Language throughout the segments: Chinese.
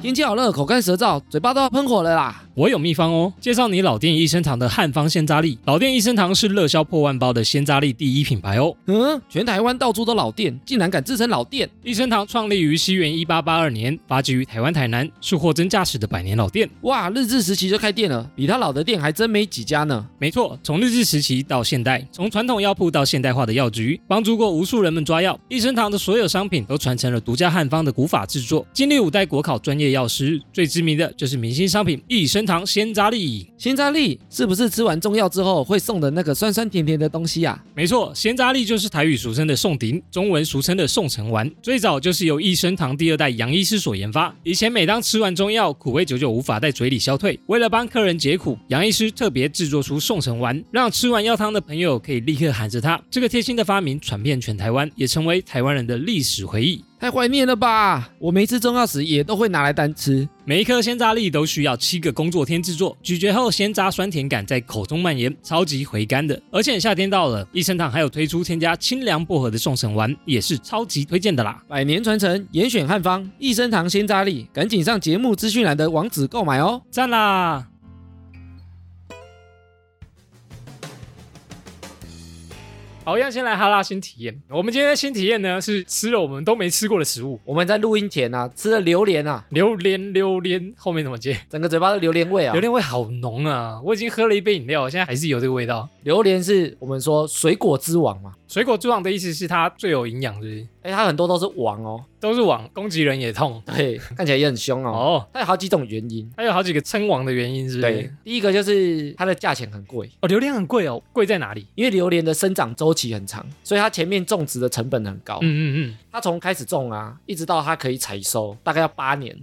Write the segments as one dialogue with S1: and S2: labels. S1: 天气好热，口干舌燥，嘴巴都要喷火了啦！
S2: 我有秘方哦，介绍你老店益生堂的汉方鲜扎粒。老店益生堂是热销破万包的鲜扎粒第一品牌哦。
S1: 嗯，全台湾到处都老店，竟然敢自称老店，
S2: 益生堂创立于西元一八八二年，发迹于台湾台南，是货真价实的百年老店。
S1: 哇，日治时期就开店了，比他老的店还真没几家呢。
S2: 没错，从日治时期到现代，从传统药铺到现代化的药局，帮助过无数人们抓药。益生堂的所有商品都传承了独家汉方的古法制作，经历五代国考专业药师，最知名的就是明星商品益生堂鲜扎粒。
S1: 鲜扎粒是不是吃完中药之后会送的那个酸酸甜甜的东西啊？
S2: 没错，鲜扎粒就是台语俗称的宋鼎，中文俗称的宋城丸，最早就是由益生堂第二代杨医师所研发。以前每当吃完中药，苦味久久无法在嘴里消退，为了帮客人解苦，杨医师特别制作出宋城丸，让吃完药汤的朋友可以立刻喊着它。这个贴心的发明传遍全台湾，也成为台湾人的历史回忆。
S1: 太怀念了吧！我每次中药时也都会拿来单吃。
S2: 每一颗鲜榨粒都需要七个工作天制作，咀嚼后鲜榨酸甜感在口中蔓延，超级回甘的。而且夏天到了，益生堂还有推出添加清凉薄荷的送神丸，也是超级推荐的啦。
S1: 百年传承，严选汉方，益生堂鲜扎粒，赶紧上节目资讯栏的网址购买哦。
S2: 赞啦！好，一样先来哈拉新体验。我们今天的新体验呢，是吃了我们都没吃过的食物，
S1: 我们在录音前啊，吃了榴莲啊，
S2: 榴莲，榴莲后面怎么接？
S1: 整个嘴巴都榴莲味啊。
S2: 榴莲味好浓啊！我已经喝了一杯饮料，现在还是有这个味道。
S1: 榴莲是我们说水果之王嘛，
S2: 水果之王的意思是它最有营养，是不是？
S1: 哎，它很多都是王哦，
S2: 都是网攻击人也痛
S1: 对，看起来也很凶哦。
S2: 哦。
S1: 它有好几种原因。
S2: 它有好几个称王的原因，是不是？
S1: 对，第一个就是它的价钱很贵，
S2: 哦，榴莲很贵哦，贵在哪里？
S1: 因为榴莲的生长周期很长，所以它前面种植的成本很高。
S2: 嗯嗯嗯，
S1: 它从开始种啊，一直到它可以采收，大概要八年，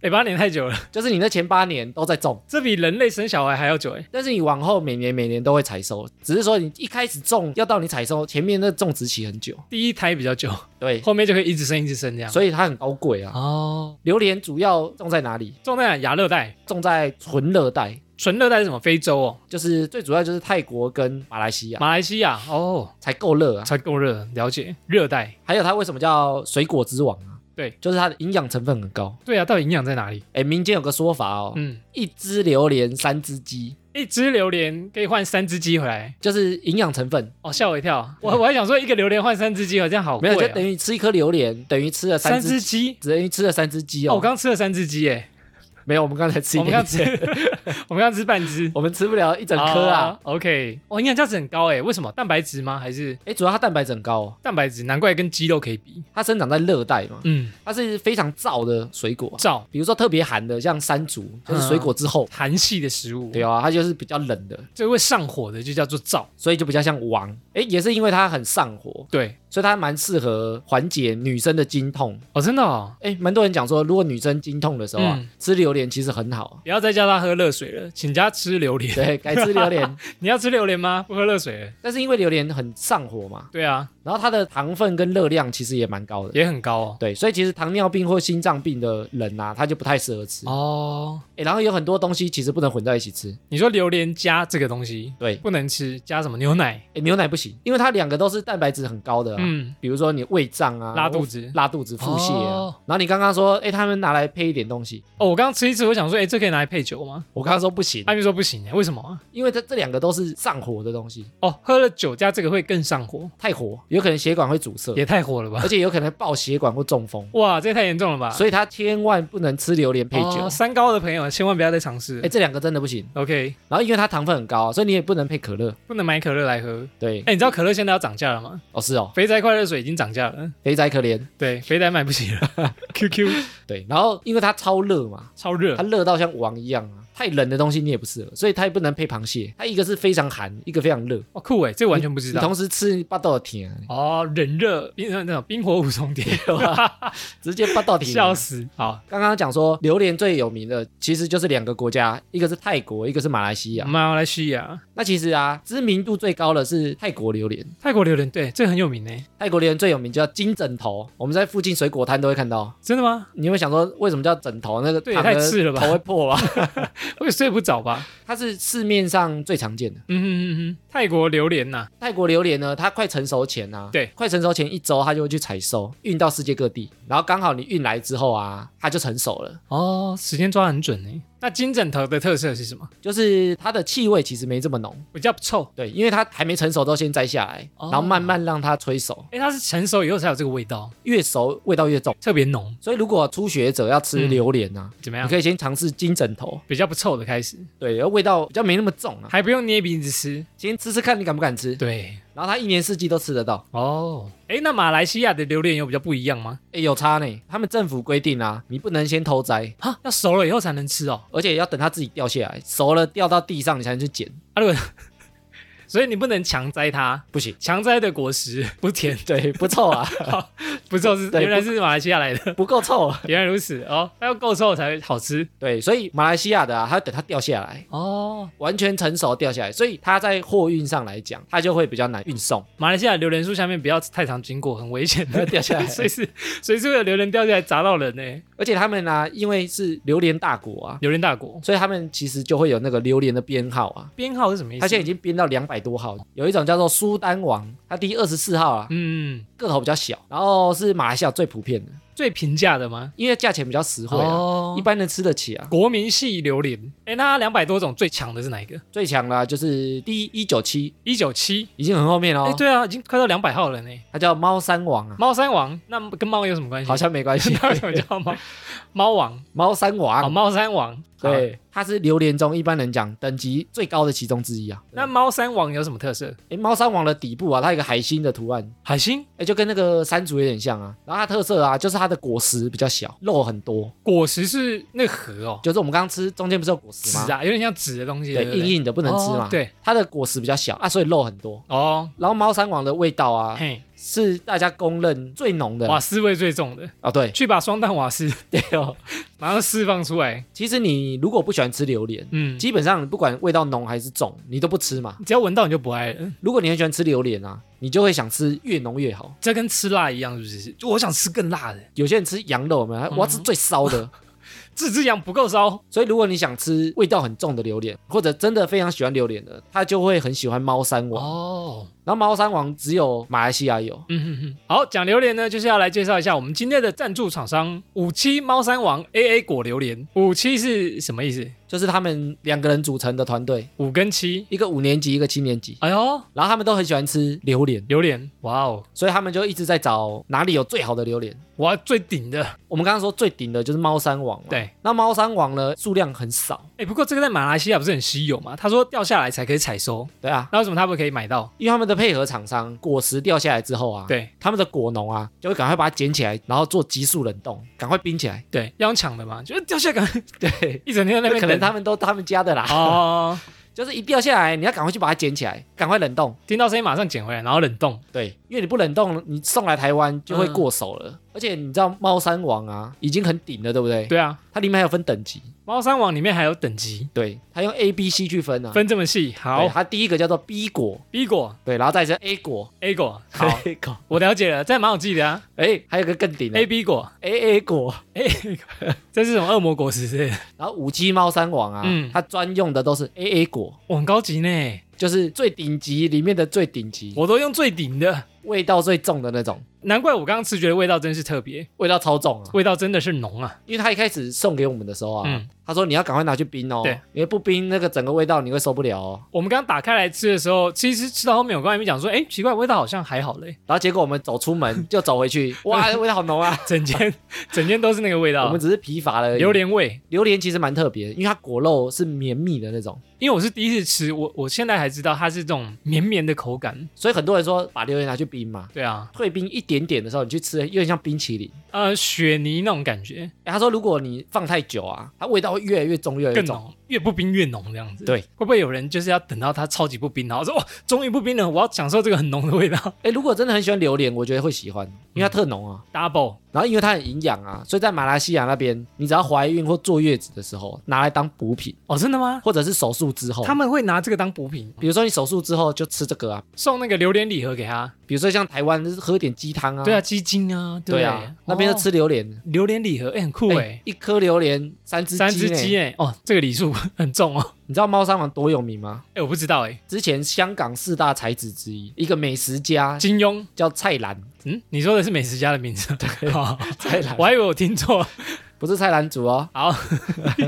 S2: 哎、八年太久了，
S1: 就是你那前八年都在种，
S2: 这比人类生小孩还要久哎。
S1: 但是你往后每年每年都会采收，只是说你一开始种要到你采收，前面那种植期很久。
S2: 第一胎比较久，
S1: 对，
S2: 后面就可以一直生一直生这样。
S1: 所以它很高贵啊。
S2: 哦，
S1: 榴莲主要种在哪里？
S2: 种在啊亚热带，
S1: 种在纯热带，
S2: 纯热带是什么？非洲哦，
S1: 就是最主要就是泰国跟马来西亚
S2: 马来西亚哦，
S1: 才够热啊。
S2: 才够热，了解热带。
S1: 还有它为什么叫水果之王啊？
S2: 对，
S1: 就是它的营养成分很高。
S2: 对啊，到底营养在哪里？
S1: 哎，民间有个说法哦，
S2: 嗯，
S1: 一只榴莲三只鸡，
S2: 一只榴莲可以换三只鸡回来。
S1: 就是营养成分
S2: 哦，吓我一跳，我我还想说一个榴莲换三只鸡，好像好
S1: 嗯没
S2: 贵、
S1: 有，
S2: 哦。
S1: 就等于吃一颗榴莲，等于吃了三
S2: 三只
S1: 只，
S2: 鸡。
S1: 等于吃了三只鸡
S2: 哦，
S1: 哦。
S2: 我刚吃了三只鸡哎，
S1: 没有，我们刚才吃
S2: 我
S1: 一
S2: 们刚
S1: 点
S2: 吃
S1: 点，，
S2: 我们刚吃半只。
S1: 我们吃不了一整颗啊。
S2: o k 哦，营养价值很高哎，为什么？蛋白质吗？还是
S1: 哎，主要它蛋白质很高哦，
S2: 蛋白质？难怪跟鸡肉可以比。
S1: 它生长在热带嘛，
S2: 嗯，
S1: 它是非常燥的水果啊，
S2: 照
S1: 比如说特别寒的，像山竹，
S2: 嗯
S1: 就是水果之后，
S2: 寒系的食物，
S1: 对
S2: 啊，
S1: 啊，它就是比较冷的，
S2: 这会上火的就叫做燥。
S1: 所以就比较像王。哎，也是因为它很上火，
S2: 对，
S1: 所以它蛮适合缓解女生的经痛。
S2: 哦，真的哦，
S1: 哎，蛮多人讲说，如果女生经痛的时候啊，
S2: 嗯
S1: 吃榴莲其实很好啊。
S2: 不要再叫他喝热水了，请家吃榴莲。
S1: 对，改吃榴莲，
S2: 你要吃榴莲吗？不喝热水了。
S1: 但是因为榴莲很上火嘛，
S2: 对啊，
S1: 然后它的糖分跟热量其实也蛮高的，
S2: 也很高哦。
S1: 对，所以其实糖尿病或心脏病的人啊，他就不太适合吃。
S2: 哦，
S1: 诶然后有很多东西其实不能混在一起吃，
S2: 你说榴莲加这个东西
S1: 对，
S2: 不能吃，加什么牛奶？
S1: 诶牛奶不行，因为它两个都是蛋白质很高的、啊，
S2: 嗯，
S1: 比如说你胃胀啊、
S2: 拉肚子。
S1: 拉肚子、腹泻啊。
S2: 哦
S1: 然后你刚刚说，诶，他们拿来配一点东西，
S2: 哦，我刚刚吃一次，我想说，哎，这可以拿来配酒吗？
S1: 我刚刚说不行，
S2: 艾米说不行，为什么啊？
S1: 因为这这两个都是上火的东西，
S2: 哦，喝了酒加这个会更上火，
S1: 太火有可能血管会阻塞，
S2: 也太火了吧
S1: 而？且有可能爆血管或中风，
S2: 哇，这也太严重了吧！
S1: 所以他千万不能吃榴莲配酒
S2: 啊
S1: 哎
S2: 哦。三高的朋友千万不要再尝试了。
S1: 诶，这两个真的不行。
S2: OK，
S1: 然后因为它糖分很高啊、所以你也不能配可乐。
S2: 不能买可乐来喝。
S1: 对，
S2: 哎，你知道可乐现在要涨价了吗？
S1: 哦是哦，
S2: 肥宅快乐水已经涨价了，
S1: 肥仔可怜。
S2: 对，肥宅买不起 了。QQ
S1: 对，然后因为它超热嘛，
S2: 超热
S1: 它，热到像王一样啊，太冷的东西你也不适合，所以它也不能配螃蟹。它一个是非常寒，一个非常热，
S2: 哦酷哎，这完全不知
S1: 你
S2: 道。
S1: 同时吃八道甜啊，
S2: 哦，冷热冰那种冰火五 重天，
S1: 直接八道甜啊、
S2: 笑死！好，
S1: 刚刚讲说榴莲最有名的其实就是两个国家，一个是泰国，一个是马来西亚。
S2: 马来西亚、
S1: 那其实啊，知名度最高的是泰国榴莲。
S2: 泰国榴莲，对，这很有名欸呢。
S1: 泰国榴莲最有名叫金枕头，我们在附近水果摊都会看到。
S2: 真的吗？
S1: 你会想说，为什么叫枕头？那个
S2: 对
S1: 躺
S2: 太
S1: 着
S2: 刺了吧
S1: 头会破吧？
S2: 会睡不着吧？
S1: 它是市面上最常见的。
S2: 嗯哼哼哼，泰国榴莲呐、
S1: 泰国榴莲呢，它快成熟前啊，
S2: 对
S1: 快成熟前一周它就会去采收，运到世界各地，然后刚好你运来之后啊，它就成熟了。
S2: 哦，时间抓得很准诶。那金枕头的特色是什么？
S1: 就是它的气味其实没这么浓，
S2: 比较臭。
S1: 对，因为它还没成熟都先摘下来，
S2: 哦
S1: 然后慢慢让它催熟，
S2: 诶，它是成熟以后才有这个味道，
S1: 越熟味道越重。
S2: 特别浓，
S1: 所以如果初学者要吃
S2: 嗯
S1: 榴莲啊，
S2: 怎么
S1: 你
S2: 样？
S1: 可以先尝试金枕头，
S2: 比较不臭的开始，
S1: 对，然后味道比较没那么重啊，
S2: 还不用捏鼻子吃。
S1: 先吃吃看你敢不敢吃。
S2: 对，
S1: 然后它一年四季都吃得到，
S2: 哦，诶，那马来西亚的榴莲有比较不一样吗？
S1: 哎，有差呢。他们政府规定啊，你不能先偷摘，
S2: 哈，要熟了以后才能吃哦。
S1: 而且要等它自己掉下来，熟了掉到地上你才能去捡，
S2: 啊，对， 所以你不能强摘它，
S1: 不行。
S2: 强摘的果实 不甜，
S1: 对，不臭啊，
S2: 不臭是
S1: 对
S2: 原来是马来西亚来的，
S1: 不够臭啊。
S2: 原来如此哦，它要够臭才好吃
S1: 对，所以马来西亚的啊，它要等它掉下来，
S2: 哦。
S1: 完全成熟掉下来，所以它在货运上来讲，它就会比较难运送。
S2: 马来西亚榴莲树下面不要太常经过，很危险的，
S1: 掉下来
S2: 随时随时会有榴莲掉下来砸到人呢、
S1: 而且他们呢、啊，因为是榴莲大国啊，
S2: 榴莲大国
S1: 所以他们其实就会有那个榴莲的编号啊。
S2: 编号是什么意思？
S1: 它现在已经编到两百多号，有一种叫做苏丹王，它第二十四号啊，
S2: 嗯
S1: 个头比较小，然后是马来西亚最普遍的，
S2: 最平价的吗？
S1: 因为价钱比较实惠啊，
S2: 哦
S1: 一般人吃得起啊。
S2: 国民系榴莲，哎，那两百多种最强的是哪一个？
S1: 最强的啊就是第一一九七，
S2: 一九七，
S1: 已经很后面
S2: 哎，
S1: 哦，
S2: 对啊，已经快到两百号了呢。
S1: 它叫猫山王啊，
S2: 猫山王，那跟猫有什么关系？
S1: 好像没关系。啊
S2: 它为什么叫猫猫王？
S1: 猫山
S2: 哦，
S1: 王，
S2: 猫山王。好，
S1: 对，它是榴莲中一般人讲等级最高的其中之一啊。
S2: 那
S1: 那
S2: 猫山王有什么特色？
S1: 诶，猫山王的底部啊，它有一个海星的图案。
S2: 海星
S1: 哎，就跟那个山竹有点像啊，然后它特色啊，就是它的果实比较小，肉很多，
S2: 果实是那个核哦，
S1: 就是我们刚刚吃中间不是有果实吗？
S2: 纸啊，有点像纸的东西，
S1: 对，
S2: 不
S1: 硬硬的不能吃嘛。
S2: 哦对，
S1: 它的果实比较小啊，所以肉很多。
S2: 哦，
S1: 然后猫山王的味道啊，
S2: 嘿，
S1: 是大家公认最浓的
S2: 瓦
S1: 啊、
S2: 斯味最重的，
S1: 哦对
S2: 去把双蛋瓦 斯
S1: 对哦。
S2: 马上释放出来。
S1: 其实你如果不喜欢吃榴莲，
S2: 嗯，
S1: 基本上不管味道浓还是重，你都不吃嘛。
S2: 只要闻到你就不爱了。
S1: 如果你很喜欢吃榴莲啊，你就会想吃越浓越好。
S2: 这跟吃辣一样，是不是？就我想吃更辣的，
S1: 有些人吃羊肉嘛，
S2: 嗯
S1: 我要吃最骚 的。
S2: 这只羊不够骚
S1: 所以如果你想吃味道很重的榴莲，或者真的非常喜欢榴莲的，他就会很喜欢猫山王。
S2: 哦。
S1: 然后猫山王只有马来西亚有，
S2: 嗯哼哼，好，讲榴莲呢，就是要来介绍一下我们今天的赞助厂商五七猫山王 AA 果榴莲。五七是什么意思？
S1: 就是他们两个人组成的团队，
S2: 五跟七。
S1: 一个五年级，一个七年级。
S2: 哎呦，
S1: 然后他们都很喜欢吃榴莲，
S2: 榴莲，哇哦，
S1: 所以他们就一直在找哪里有最好的榴莲。
S2: 我要最顶的。
S1: 我们刚刚说最顶的就是猫山王嘛，
S2: 对。
S1: 那猫山王呢，数量很少，
S2: 哎、不过这个在马来西亚不是很稀有吗？他说掉下来才可以采收，
S1: 对啊，
S2: 那为什么他们可以买到？
S1: 因为他们的配合厂商果实掉下来之后啊，，
S2: 对
S1: 他们的果农啊就会赶快把它捡起来，然后做急速冷冻，赶快冰起来。
S2: 对，要用抢的嘛，就是掉下来 赶快
S1: 对，
S2: 一整天在那边
S1: 可能
S2: 等
S1: 他们都他们家的啦，
S2: 哦，
S1: 就是一掉下来，你要赶快去把它捡起来，赶快冷冻。
S2: 听到声音马上捡回来，然后冷冻。
S1: 对，因为你不冷冻，你送来台湾就会
S2: 嗯
S1: 过手了。而且你知道猫山王啊，已经很顶了，对不对？
S2: 对啊，
S1: 它里面还有分等级，
S2: 猫山王里面还有等级，
S1: 对，它用 A、B、C 去分啊。
S2: 分这么细。
S1: 对，
S2: 好
S1: 它第一个叫做 B 果，
S2: ，B 果、
S1: 对，然后再是 A 果，
S2: A 果， 好，
S1: ，A 果，
S2: 我了解了，这还蛮好记的啊。
S1: 哎，还有一个更顶的
S2: A、B 果，
S1: A A 果，
S2: 这是什么恶魔果实之类的？
S1: 然后五 G 猫山王啊，
S2: 嗯
S1: 它专用的都是 A A 果，
S2: 我很高级
S1: 嗯
S2: 呢，
S1: 就是最顶级里面的最顶级，
S2: 我都用最顶的，
S1: 味道最重的那种，
S2: 难怪我刚刚吃觉得味道真是特别，
S1: 味道超重啊。
S2: 味道真的是浓啊。
S1: 因为他一开始送给我们的时候啊，
S2: 嗯
S1: 他说你要赶快拿去冰哦
S2: 对，
S1: 因为不冰那个整个味道你会受不了哦。
S2: 我们刚打开来吃的时候，其实吃到后面我刚才没讲说，哎，奇怪，味道好像还好嘞。
S1: 然后结果我们走出门就走回 去，哇，味道好浓啊！
S2: 整间整间都是那个味
S1: 我
S2: 道
S1: 们，只是疲乏了而已。
S2: 哦榴莲味。
S1: 榴莲其实蛮特别的，因为它果肉是绵密的那种，
S2: 因为我是第一次吃，我我现在还知道它是这种绵绵的口感。
S1: 所以很多人说把榴莲拿去冰嘛，
S2: 对啊，
S1: 退冰一点点的时候，你去吃，有点像冰淇淋。
S2: 呃，雪泥那种感觉
S1: 欸他说，如果你放太久啊，它味道会越来越重，越来越
S2: 更
S1: 重。
S2: 浓，越不冰越浓这样子。
S1: 对
S2: 会不会有人就是要等到它超级不冰，然后说哦，终于不冰了，我要享受这个很浓的味道
S1: 哎、如果真的很喜欢榴莲，我觉得会喜欢，因为它特浓啊。
S2: ？Double
S1: 然后因为它很营养啊，所以在马来西亚那边，你只要怀孕或坐月子的时候拿来当补品，
S2: 哦，真的吗？
S1: 或者是手
S2: 哦
S1: 术之后，
S2: 他们会拿这个当补品
S1: 比如说你手术之后就吃这个啊，
S2: 送那个榴莲礼盒给他，
S1: 比如所以像台湾就是喝点鸡汤啊，
S2: 对啊，，鸡精啊，
S1: 对
S2: 啊
S1: 啊，，那边就吃榴莲，
S2: 哦榴莲礼盒，哎，很酷
S1: 哎
S2: 哎，
S1: 一颗榴莲三只
S2: 三只
S1: 呢
S2: 鸡哎，哦，这个礼数 很重哦。
S1: 你知道猫山王多有名吗？
S2: 哎，我不知道哎，
S1: 之前香港四大才子之一，一个美食家
S2: 金庸，
S1: 叫蔡澜，
S2: 嗯，你说的是美食家的名字， 对，
S1: 蔡澜
S2: 我还以为我听错。
S1: 不是蔡澜主哦，
S2: 好，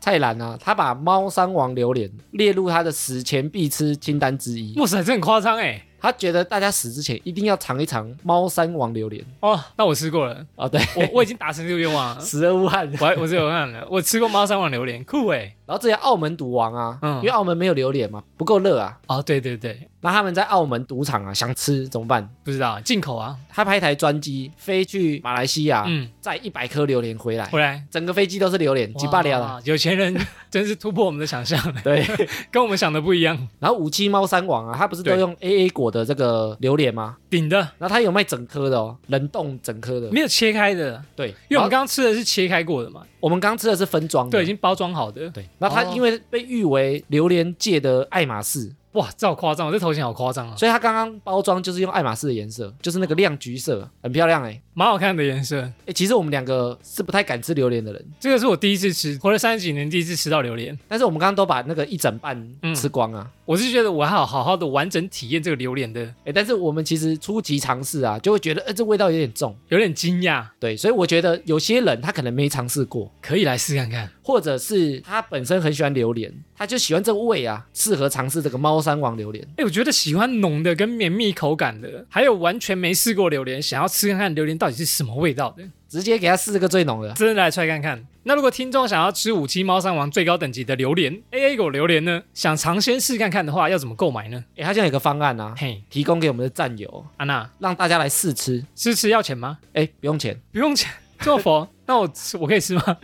S1: 蔡澜啊，他把猫山王榴莲列入他的死前必吃清单之一。
S2: 哇塞，这很夸张哎。
S1: 他觉得大家死之前一定要尝一尝猫山王榴莲
S2: 哦，那我吃过了，
S1: 啊、哦，对，
S2: 我我已经达成这个愿望 了。
S1: 死而无憾。
S2: 我还我是有看的，我吃过猫山王榴莲，酷哎。
S1: 然后这些澳门赌王啊，
S2: 嗯
S1: 因为澳门没有榴莲嘛，不够热啊，
S2: 哦，对对对，
S1: 那他们在澳门赌场啊想吃怎么办？
S2: 不知道进口啊，
S1: 他派一台专机飞去马来西亚，
S2: 嗯，
S1: 载一百颗榴莲回来，
S2: 回来。
S1: 整个飞机都是榴莲，几巴啊了啦。
S2: 哇有钱人 真是突破我们的想象，
S1: 对，
S2: 跟我们想的不一样。
S1: 然后五七猫山王啊，他不是都
S2: 对
S1: 用 A A 果的这个榴莲吗？
S2: 顶的，
S1: 然后他有卖整颗的哦，冷冻整颗的。
S2: 没有切开的，
S1: 对，
S2: 因为
S1: 然
S2: 我
S1: 后
S2: 们刚刚吃的是切开过的嘛，
S1: 我们刚吃的是分装的，
S2: 对，已经包装好的。
S1: 对。然后他
S2: 哦
S1: 因为被誉为榴莲界的爱马仕，
S2: 哇，这好夸张，这头型好夸张啊，
S1: 所以他刚刚包装就是用爱马仕的颜色，就是那个亮橘色，很漂亮哎、欸。
S2: 蛮好看的颜色。
S1: 哎、其实我们两个是不太敢吃榴莲的人，
S2: 这个是我第一次吃，活了三十几年第一次吃到榴莲，
S1: 但是我们刚刚都把那个一整半
S2: 嗯
S1: 吃光啊。
S2: 我是觉得我还好好好的完整体验这个榴莲的，
S1: 哎、但是我们其实初级尝试啊，就会觉得，哎、这味道有点重，
S2: 有点惊讶，
S1: 对，所以我觉得有些人他可能没尝试过，
S2: 可以来试看看。
S1: 或者是他本身很喜欢榴莲，他就喜欢这个味啊，适合尝试这个猫山王榴莲。
S2: 哎，我觉得喜欢浓的跟绵密口感的，还有完全没试过榴莲，想要吃看看榴莲到底是什么味道的，
S1: 直接给他试这个最浓的，
S2: 真的来踹看看。那如果听众想要吃五七猫山王最高等级的榴莲 A A 狗榴莲呢，想尝鲜试看看的话，要怎么购买呢？
S1: 诶，他现在有个方案啊，
S2: 嘿，
S1: 提供给我们的战友，
S2: 安娜，
S1: 让大家来试吃。
S2: 试吃要钱吗？
S1: 诶，不用钱，
S2: 不用钱，这么佛？那我吃 我可以吃吗？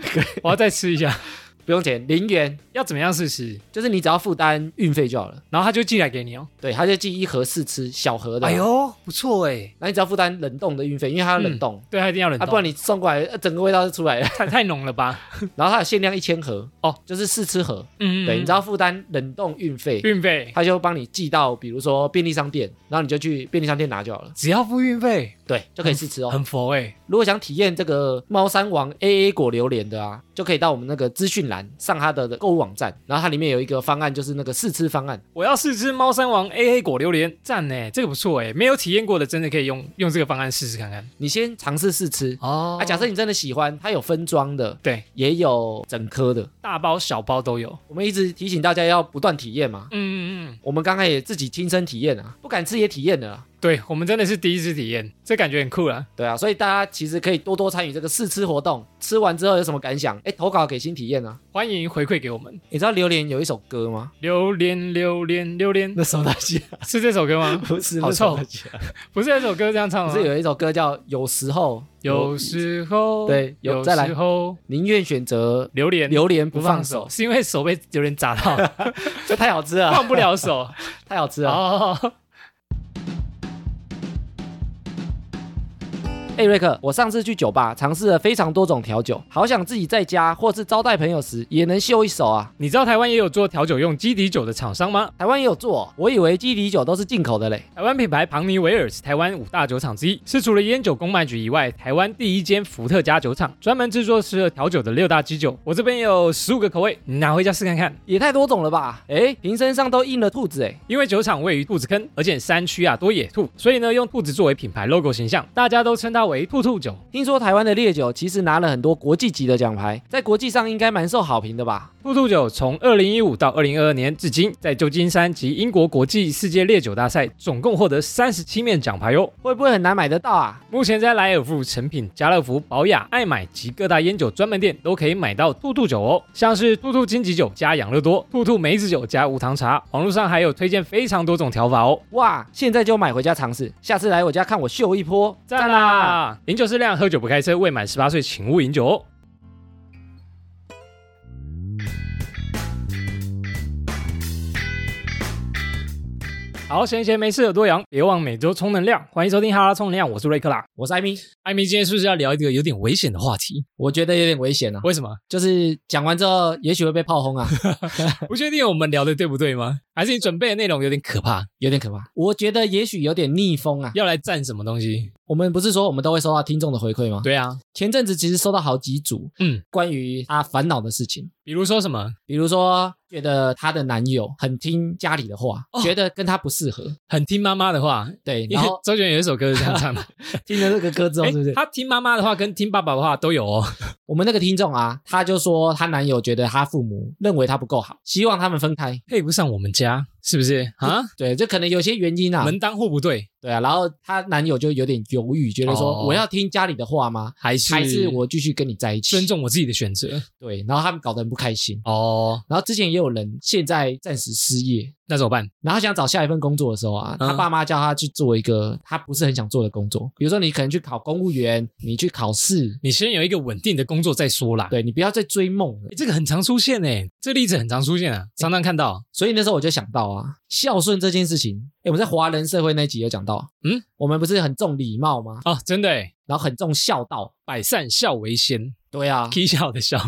S2: 我要再吃一下。
S1: 不用钱，零元，
S2: 要怎么样试吃？
S1: 就是你只要负担运费就好了。
S2: 然后他就寄来给你哦。
S1: 对，他就寄一盒试吃，小盒的。
S2: 哎，呦，不错哎。
S1: 那你只要负担冷冻的运费，因为它要冷冻、
S2: 对，他一定要冷
S1: 啊，
S2: 冻，
S1: 不然你送过来，呃整个味道就出来了。
S2: 太太浓了吧？
S1: 然后它有限量一千盒，
S2: 哦，
S1: 就是试吃盒。
S2: 嗯
S1: 对，你知道负担冷冻运费，
S2: 运费
S1: 他就帮你寄到，比如说便利商店，然后你就去便利商店拿就好了。
S2: 只要付运费，
S1: 对，就可以试吃哦。
S2: 很佛哎。
S1: 如果想体验这个猫山王 AA 果榴莲的啊，就可以到我们那个资讯栏上它的购物网站，然后它里面有一个方案，就是那个试吃方案。
S2: 我要试吃猫山王 A A 果榴莲，赞呢，这个不错哎，没有体验过的真的可以用用这个方案试试看看。
S1: 你先尝试试吃。
S2: 哦
S1: 啊，假设你真的喜欢，它有分装的，
S2: 对，
S1: 也有整颗的。
S2: 大包小包都有。
S1: 我们一直提醒大家要不断体验嘛。
S2: 嗯嗯嗯，
S1: 我们刚才也自己亲身体验啊，不敢吃也体验了啊。
S2: 对我们真的是第一次体验，这感觉很酷啦。
S1: 对啊，所以大家其实可以多多参与这个试吃活动，吃完之后有什么感想？哎，投稿给新体验啊。
S2: 欢迎回馈给我们。
S1: 你知道榴莲有一首歌吗？
S2: 榴莲榴莲榴莲，
S1: 那首大西、啊、
S2: 是这首歌 吗？
S1: 不是
S2: 好
S1: 那首
S2: 臭
S1: 大西啊
S2: 不是那首歌这样唱
S1: 不
S2: 吗？
S1: 是有一首歌叫《有时候
S2: 呃有时候
S1: 对有
S2: 有
S1: 再来
S2: 时候
S1: 宁愿选择
S2: 榴莲
S1: 榴莲不
S2: 不
S1: 放
S2: 放
S1: 手
S2: 手，是因为手被榴莲砸到，
S1: 这太好吃了，
S2: 放不了 手。
S1: 太好吃了。
S2: 哦，
S1: 哎，瑞克，我上次去酒吧尝试了非常多种调酒，好想自己在家或是招待朋友时也能秀一手啊。
S2: 你知道台湾也有做调酒用基底酒的厂商吗？
S1: 台湾也有做哦，我以为基底酒都是进口的嘞。
S2: 台湾品牌庞尼维尔是台湾五大酒厂之一，是除了烟酒公卖局以外，台湾第一间伏特加酒厂，专门制作适合调酒的六大基酒。我这边有十五个口味，你拿回家试看看。
S1: 也太多种了吧？哎，瓶身上都印了兔子哎，
S2: 因为酒厂位于兔子坑，而且山区啊多野兔，所以呢用兔子作为品牌 logo 形象，大家都称它为兔兔酒。
S1: 听说台湾的烈酒其实拿了很多国际级的奖牌，在国际上应该蛮受好评的吧？
S2: 兔兔酒从二零一五到二零二二年至今，在旧金山及英国国际世界烈酒大赛总共获得三十七面奖牌哦哟。
S1: 会不会很难买得到啊？
S2: 目前在莱尔富、成品、家乐福、宝雅、爱买及各大烟酒专卖店都可以买到兔兔酒哦，像是兔兔金桔酒加养乐多、兔兔梅子酒加无糖茶，网络上还有推荐非常多种调法哦。
S1: 哇，现在就买回家尝试，下次来我家看我秀一波，
S2: 赞！啦！饮酒适量，喝酒不开车，未满十八岁请勿饮酒哦。好，闲闲没事有多养，别忘每周充能量。欢迎收听哈拉充能量，我是瑞克啦。
S1: 我是艾米，
S2: 艾米，今天是不是要聊一个有点危险的话题？
S1: 我觉得有点危险啊，
S2: 为什么？
S1: 就是讲完之后也许会被炮轰啊。
S2: 不确定我们聊的对不对吗？还是你准备的内容有点可怕，
S1: 有点可怕。我觉得也许有点逆风啊。
S2: 要来赞什么东西？
S1: 我们不是说我们都会收到听众的回馈吗？
S2: 对啊，
S1: 前阵子其实收到好几组，
S2: 嗯，
S1: 关于她烦恼的事情，
S2: 比如说什么
S1: 比如说觉得她的男友很听家里的话，
S2: 哦
S1: 觉得跟她不适合，
S2: 很听妈妈 的话，
S1: 对，
S2: 因
S1: 然
S2: 为哎
S1: 后
S2: 周杰伦有一首歌是这样 唱的，
S1: 听了这个歌之后，
S2: 诶
S1: 哦是不是？
S2: 他听妈妈的话跟听爸爸的话都有哦。
S1: 我们那个听众啊，她就说她男友觉得她父母认为她不够好，希望他们分开。
S2: 配不上我们家，是不是啊？
S1: 对，这可能有些原因 啊。
S2: 门当户不对，
S1: 对啊，然后她男友就有点犹豫，觉得说、
S2: 哦
S1: 我要听家里的话吗？
S2: 还是
S1: 还是我继续跟你在一起？
S2: 尊重我自己的选择？
S1: 对，然后他们搞得很不开心。
S2: 哦，
S1: 然后之前也有人现在暂时失业，
S2: 那怎么办？
S1: 然后想找下一份工作的时候啊，
S2: 嗯
S1: 他爸妈叫他去做一个他不是很想做的工作，比如说你可能去考公务员，你去考试，
S2: 你先有一个稳定的工作再说啦。
S1: 对你不要再追梦了
S2: 诶，。这个很常出现诶、这例子很常出现啊，常常看到。
S1: 所以那时候我就想到啊，孝顺这件事情，诶我们在华人社会那一集有讲到，
S2: 嗯，
S1: 我们不是很重礼貌吗？
S2: 哦，真的诶，
S1: 然后很重孝道，
S2: 百善孝为先
S1: 对啊，
S2: ，k 笑的笑，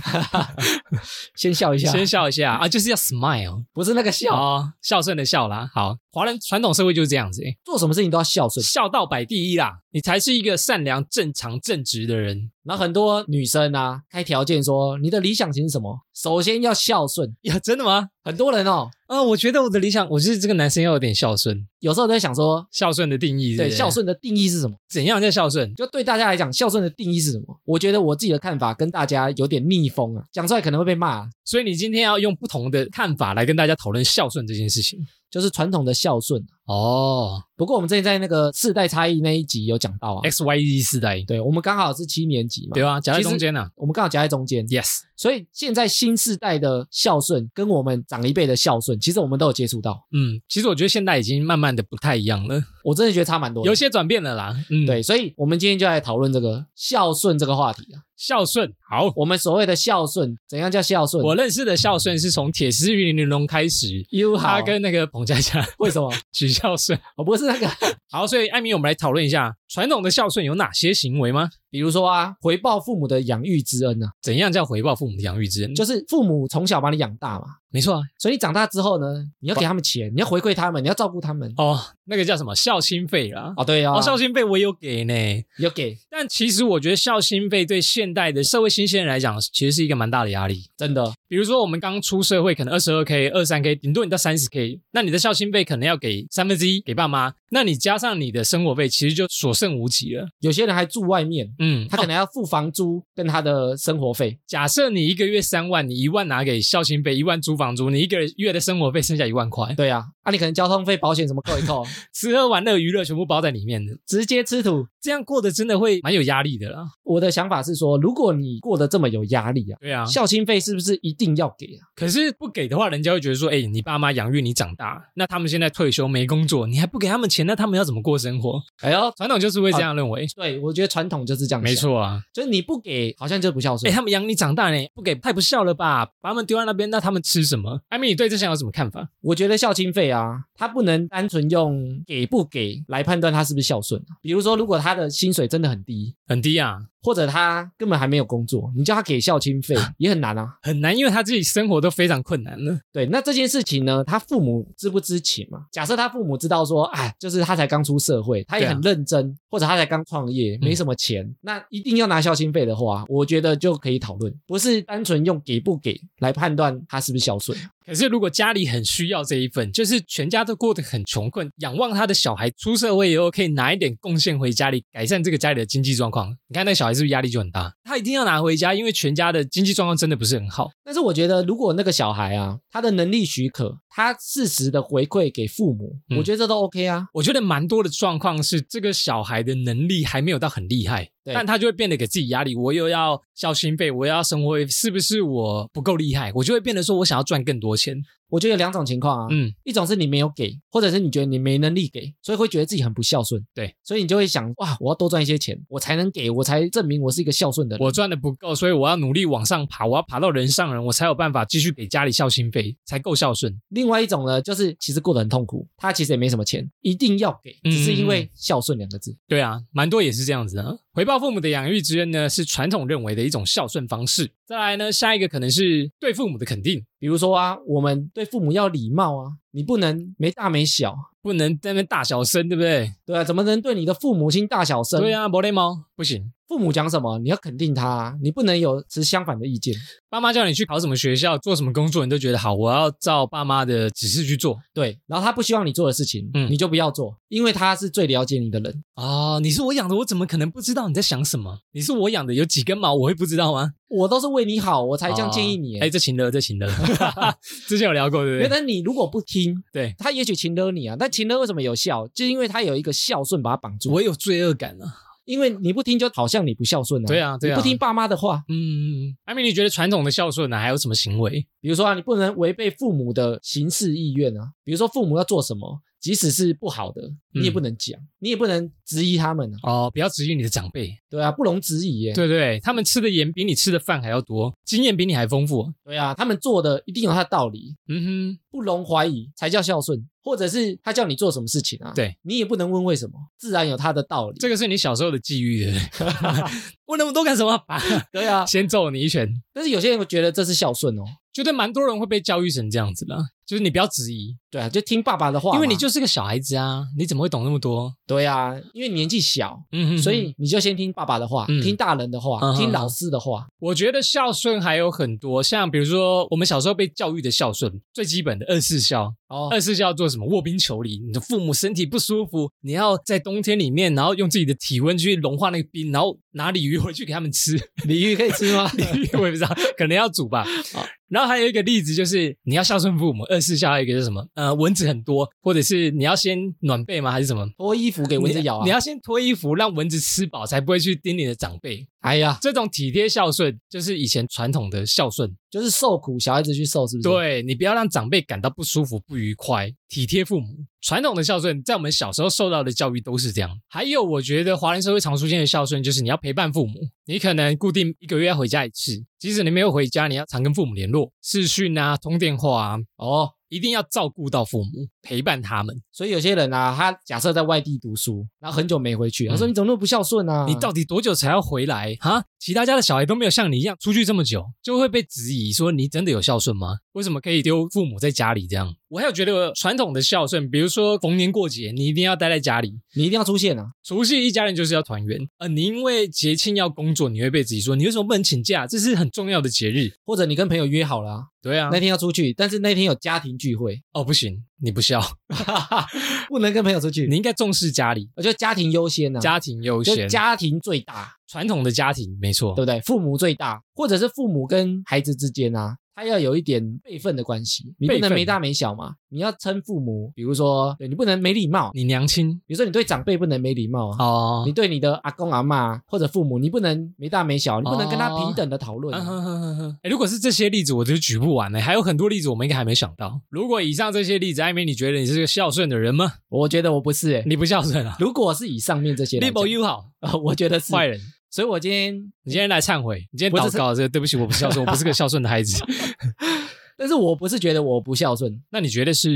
S1: 先笑一下，
S2: 先笑一下啊，就是要 smile
S1: 不是那个孝，
S2: 哦，孝顺的孝啦。好，华人传统社会就是这样子、诶
S1: 做什么事情都要孝顺。
S2: 孝道摆第一啦，你才是一个善良、正常、正直的人，
S1: 然后很多女生啊，开条件说你的理想型是什么？首先要孝顺。
S2: 呀，真的吗？
S1: 很多人哦，
S2: 啊、我觉得我的理想，我就是这个男生要有点孝顺，
S1: 有时候都在想说，
S2: 孝顺的定义是不
S1: 对
S2: 是
S1: 孝顺的定义是什么？
S2: 怎样叫孝顺？
S1: 就对大家来讲，孝顺的定义是什么？我觉得我自己的看法跟大家有点逆风啊，讲出来可能会被骂。
S2: 所以你今天要用不同的看法来跟大家讨论孝顺这件事情。
S1: 就是传统的孝顺。
S2: 哦
S1: 不过我们之前在那个世代差异那一集有讲到啊，
S2: ，X Y Z 世代，
S1: 对我们刚好是七年级嘛，
S2: 哎对啊，夹在
S1: 其实
S2: 中间啊。
S1: 我们刚好夹在中间，
S2: Yes，
S1: 所以现在新世代的孝顺跟我们长一辈的孝顺，其实我们都有接触到。
S2: 嗯，其实我觉得现在已经慢慢的不太一样了，
S1: 我真的觉得差蛮多的
S2: 有。些转变了啦。嗯，，
S1: 对，所以我们今天就来讨论这个孝顺这个话题啊。
S2: 孝顺好。
S1: 我们所谓的孝顺，怎样叫孝顺？
S2: 我认识的孝顺是从铁丝与玲珑开始，
S1: U
S2: 他
S1: 好，
S2: 跟那个彭佳佳
S1: 为什么？
S2: 取孝顺。
S1: 我不是那个，
S2: 好，所以艾米，我们来讨论一下传统的孝顺有哪些行为吗？
S1: 比如说啊，回报父母的养育之恩啊，
S2: 怎样叫回报父母的养育之恩？
S1: 就是父母从小把你养大嘛，
S2: 没错啊。
S1: 所以你长大之后呢，你要给他们钱，你要回馈他们，你要照顾他们。
S2: 哦，那个叫什么孝心费啦。
S1: 哦，对啊，
S2: 哦，孝心费我有给呢。
S1: 有给，
S2: 但其实我觉得孝心费对现代的社会新鲜人来讲，其实是一个蛮大的压力。
S1: 真的
S2: 比如说我们刚出社会，可能二十二 k、二三 k，顶多你到三十 k，那你的孝心费可能要给三分之一给爸妈，那你加上你的生活费，其实就所剩无几了。
S1: 有些人还住外面，
S2: 嗯，
S1: 他可能要付房租跟他的生活费。
S2: 假设你一个月三万，你一万拿给孝心费，一万租房租，你一个月的生活费剩下一万块，
S1: 对啊，啊，你可能交通费、保险什么扣一 扣，
S2: 吃喝玩乐娱乐全部包在里面的，
S1: 直接吃土。
S2: 这样过得真的会蛮有压力的啦。
S1: 我的想法是说，如果你过得这么有压力啊，
S2: 对啊，
S1: 孝心费是不是一定要给啊？
S2: 可是不给的话，人家会觉得说，哎、你爸妈养育你长大，那他们现在退休没工作，你还不给他们钱，那他们要怎么过生活？
S1: 哎呦，
S2: 传统就是会这样认为。
S1: 对，我觉得传统就是这样，
S2: 啊没，错啊，
S1: 就是你不给，好像就不孝
S2: 哎、
S1: 顺。
S2: 他们养你长大呢，不给太不孝了吧？把他们丢在那边，那他们吃什么？艾米，你对这项有什么看法？
S1: 我觉得孝心费啊，他不能单纯用给不给来判断他是不是孝顺啊。比如说，如果他的薪水真的很低，
S2: 很低啊，
S1: 或者他根本还没有工作，你叫他给孝亲 费也很难啊。
S2: 很难，因为他自己生活都非常困难了。
S1: 对，那这件事情呢，他父母知不知情嘛？假设他父母知道说，哎，就是他才刚出社会，他也
S2: 对啊嗯
S1: 很认真，或者他才刚创业，没什么钱，那一定要拿孝心费的话，我觉得就可以讨论，不是单纯用给不给来判断他是不是孝顺。
S2: 可是，如果家里很需要这一份，就是全家都过得很穷困，仰望他的小孩出社会以后可以拿一点贡献回家里，改善这个家里的经济状况。你看那小孩是不是压力就很大？他一定要拿回家，因为全家的经济状况真的不是很好。
S1: 但是我觉得，如果那个小孩啊，他的能力许可，他适时的回馈给父母，
S2: 嗯
S1: 我觉得这都 OK 啊。
S2: 我觉得蛮多的状况是，这个小孩的能力还没有到很厉害，
S1: 对
S2: 但他就会变得给自己压力。我又要孝心费，我又要生活费，是不是我不够厉害？我就会变得说我想要赚更多钱。
S1: 我觉得有两种情况啊，
S2: 嗯，
S1: 一种是你没有给，或者是你觉得你没能力给，所以会觉得自己很不孝顺。
S2: 对，
S1: 所以你就会想，哇，我要多赚一些钱，我才能给，我才证明我是一个孝顺的人。
S2: 我赚的不够，所以我要努力往上爬，我要爬到人上人，我才有办法继续给家里孝心费，才够孝顺。
S1: 另外一种呢，就是其实过得很痛苦，他其实也没什么钱，一定要给，
S2: 嗯
S1: 只是因为孝顺两个字。
S2: 对啊，蛮多也是这样子的。回报父母的养育之恩呢，是传统认为的一种孝顺方式。再来呢，下一个可能是对父母的肯定，
S1: 比如说啊，我们对父母要礼貌啊，你不能没大没小，啊
S2: 不能在那边大小声，对不对？
S1: 对啊，怎么能对你的父母亲大小声？
S2: 对
S1: 啊，
S2: 啊，没礼貌，不行。
S1: 父母讲什么，你要肯定他、啊，你不能有持相反的意见。
S2: 爸妈叫你去考什么学校、做什么工作，你都觉得好，我要照爸妈的指示去做
S1: 对，然后他不希望你做的事情，
S2: 嗯
S1: 你就不要做，因为他是最了解你的人。
S2: 哦，你是我养的，我怎么可能不知道你在想什么？你是我养的，有几根毛我会不知道吗？
S1: 我都是为你好，我才这样建议你、
S2: 哎、这情了，这情了， 之前有聊过，对
S1: 原
S2: 不对？
S1: 来你如果不听，
S2: 对
S1: 他也许情勒你啊，但情勒为什么有效？就因为他有一个孝顺把他绑住，
S2: 我有罪恶感啊。
S1: 因为你不听就好像你不孝顺啊，
S2: 对啊，对
S1: 你
S2: 啊，
S1: 不听爸妈的话，
S2: 嗯，艾米，你觉得传统的孝顺呢、啊还有什么行为？
S1: 比如说啊，你不能违背父母的行事意愿啊，比如说父母要做什么，即使是不好的，你
S2: 嗯
S1: 也不能讲，你也不能质疑他们啊，
S2: 哦，不要质疑你的长辈，
S1: 对啊，不容质疑耶，
S2: 对对，他们吃的盐比你吃的饭还要多，经验比你还丰富。
S1: 对啊，他们做的一定有他的道理，
S2: 嗯
S1: 不容怀疑才叫孝顺，或者是他叫你做什么事情啊，
S2: 对
S1: 你也不能问为什么，自然有他的道理，
S2: 哼，这个是你小时候的际遇，对不对 问那么多干什么？ 爸
S1: 对啊，
S2: 先揍你一拳。
S1: 但是有些人会觉得这是孝顺哦。
S2: 觉得蛮多人会被教育成这样子的，就是你不要质疑，
S1: 对啊，就听爸爸的话嘛，
S2: 因为你就是个小孩子啊，你怎么会懂那么多？
S1: 对啊，因为年纪小，
S2: 嗯哼
S1: 所以你就先听爸爸的话，
S2: 嗯
S1: 听大人的话，
S2: 嗯
S1: 听老师的话。
S2: 我觉得孝顺还有很多，像比如说我们小时候被教育的孝顺，最基本的二四孝，
S1: 哦，
S2: 二四孝做什么？卧冰求鲤。你的父母身体不舒服，你要在冬天里面，然后用自己的体温去融化那个冰，然后拿鲤鱼回去给他们吃。
S1: 鲤鱼可以吃吗？
S2: 鲤鱼我也不知道，可能要煮吧。然后还有一个例子就是，你要孝顺父母。二四孝还有一个是什么？呃，蚊子很多，或者是你要先暖被吗？还是什么？
S1: 脱衣服给蚊子咬
S2: 你
S1: 啊！
S2: 要先脱衣服，让蚊子吃饱，才不会去叮你的长辈。
S1: 哎呀，
S2: 这种体贴孝顺，就是以前传统的孝顺。
S1: 就是受苦，小孩子去受，是不是？，
S2: 对你不要让长辈感到不舒服、不愉快，体贴父母。传统的孝顺，在我们小时候受到的教育都是这样。还有，我觉得华人社会常出现的孝顺，就是你要陪伴父母，你可能固定一个月要回家一次，即使你没有回家，你要常跟父母联络，视讯啊、通电话啊，
S1: 哦，
S2: 一定要照顾到父母，陪伴他们。
S1: 所以有些人啊，他假设在外地读书，然后很久没回去，他说
S2: 嗯
S1: 你怎么那么不孝顺啊？
S2: 你到底多久才要回来哈，其他家的小孩都没有像你一样出去这么久，就会被质疑说你真的有孝顺吗？为什么可以丢父母在家里这样？我还有觉得传统的孝顺，比如说逢年过节，你一定要待在家里。
S1: 你一定要出现啊！
S2: 除夕一家人就是要团圆，呃，你因为节庆要工作，你会被质疑说你为什么不能请假？这是很重要的节日。
S1: 或者你跟朋友约好了啊，
S2: 对啊
S1: 那，天要出去，但是那天有家庭聚会，
S2: 哦不行，你不孝，
S1: 不能跟朋友出去。
S2: 你应该重视家里，
S1: 我觉得家庭优先啊，
S2: 家庭优
S1: 就
S2: 先，
S1: 家庭最大。
S2: 传统的家庭没错
S1: 对。不对？父母最大，或者是父母跟孩子之间啊，他要有一点辈分的关系，你不
S2: 辈
S1: 能
S2: 分啊
S1: 没大没小嘛。你要称父母，比如说，对你不能没礼貌，
S2: 你娘亲
S1: 比如说你对长辈不能没礼貌啊，
S2: 哦
S1: 你，对你的阿公阿妈或者父母，你不能没大没小，你不能跟他平等的讨论
S2: 嗯
S1: 啊、
S2: 哼哼哼哼，哎，如果是这些例子，我就举不完了，还有很多例子我们应该还没想到。如果以上这些例子，艾米，你觉得你是个孝顺的人吗？
S1: 我觉得我不是、欸，
S2: 你不孝顺啊，
S1: 如果是以上面这些来
S2: 你
S1: 讲，
S2: 不友好，
S1: 啊 我觉得是
S2: 坏。人。
S1: 所以我今天，
S2: 你今天来忏悔，你今天
S1: 我
S2: 祷
S1: 只是
S2: 告，这个对不起，我不孝 顺，我不是个孝顺的孩子。
S1: 但是我不是觉得我不孝顺，
S2: 那你觉得是？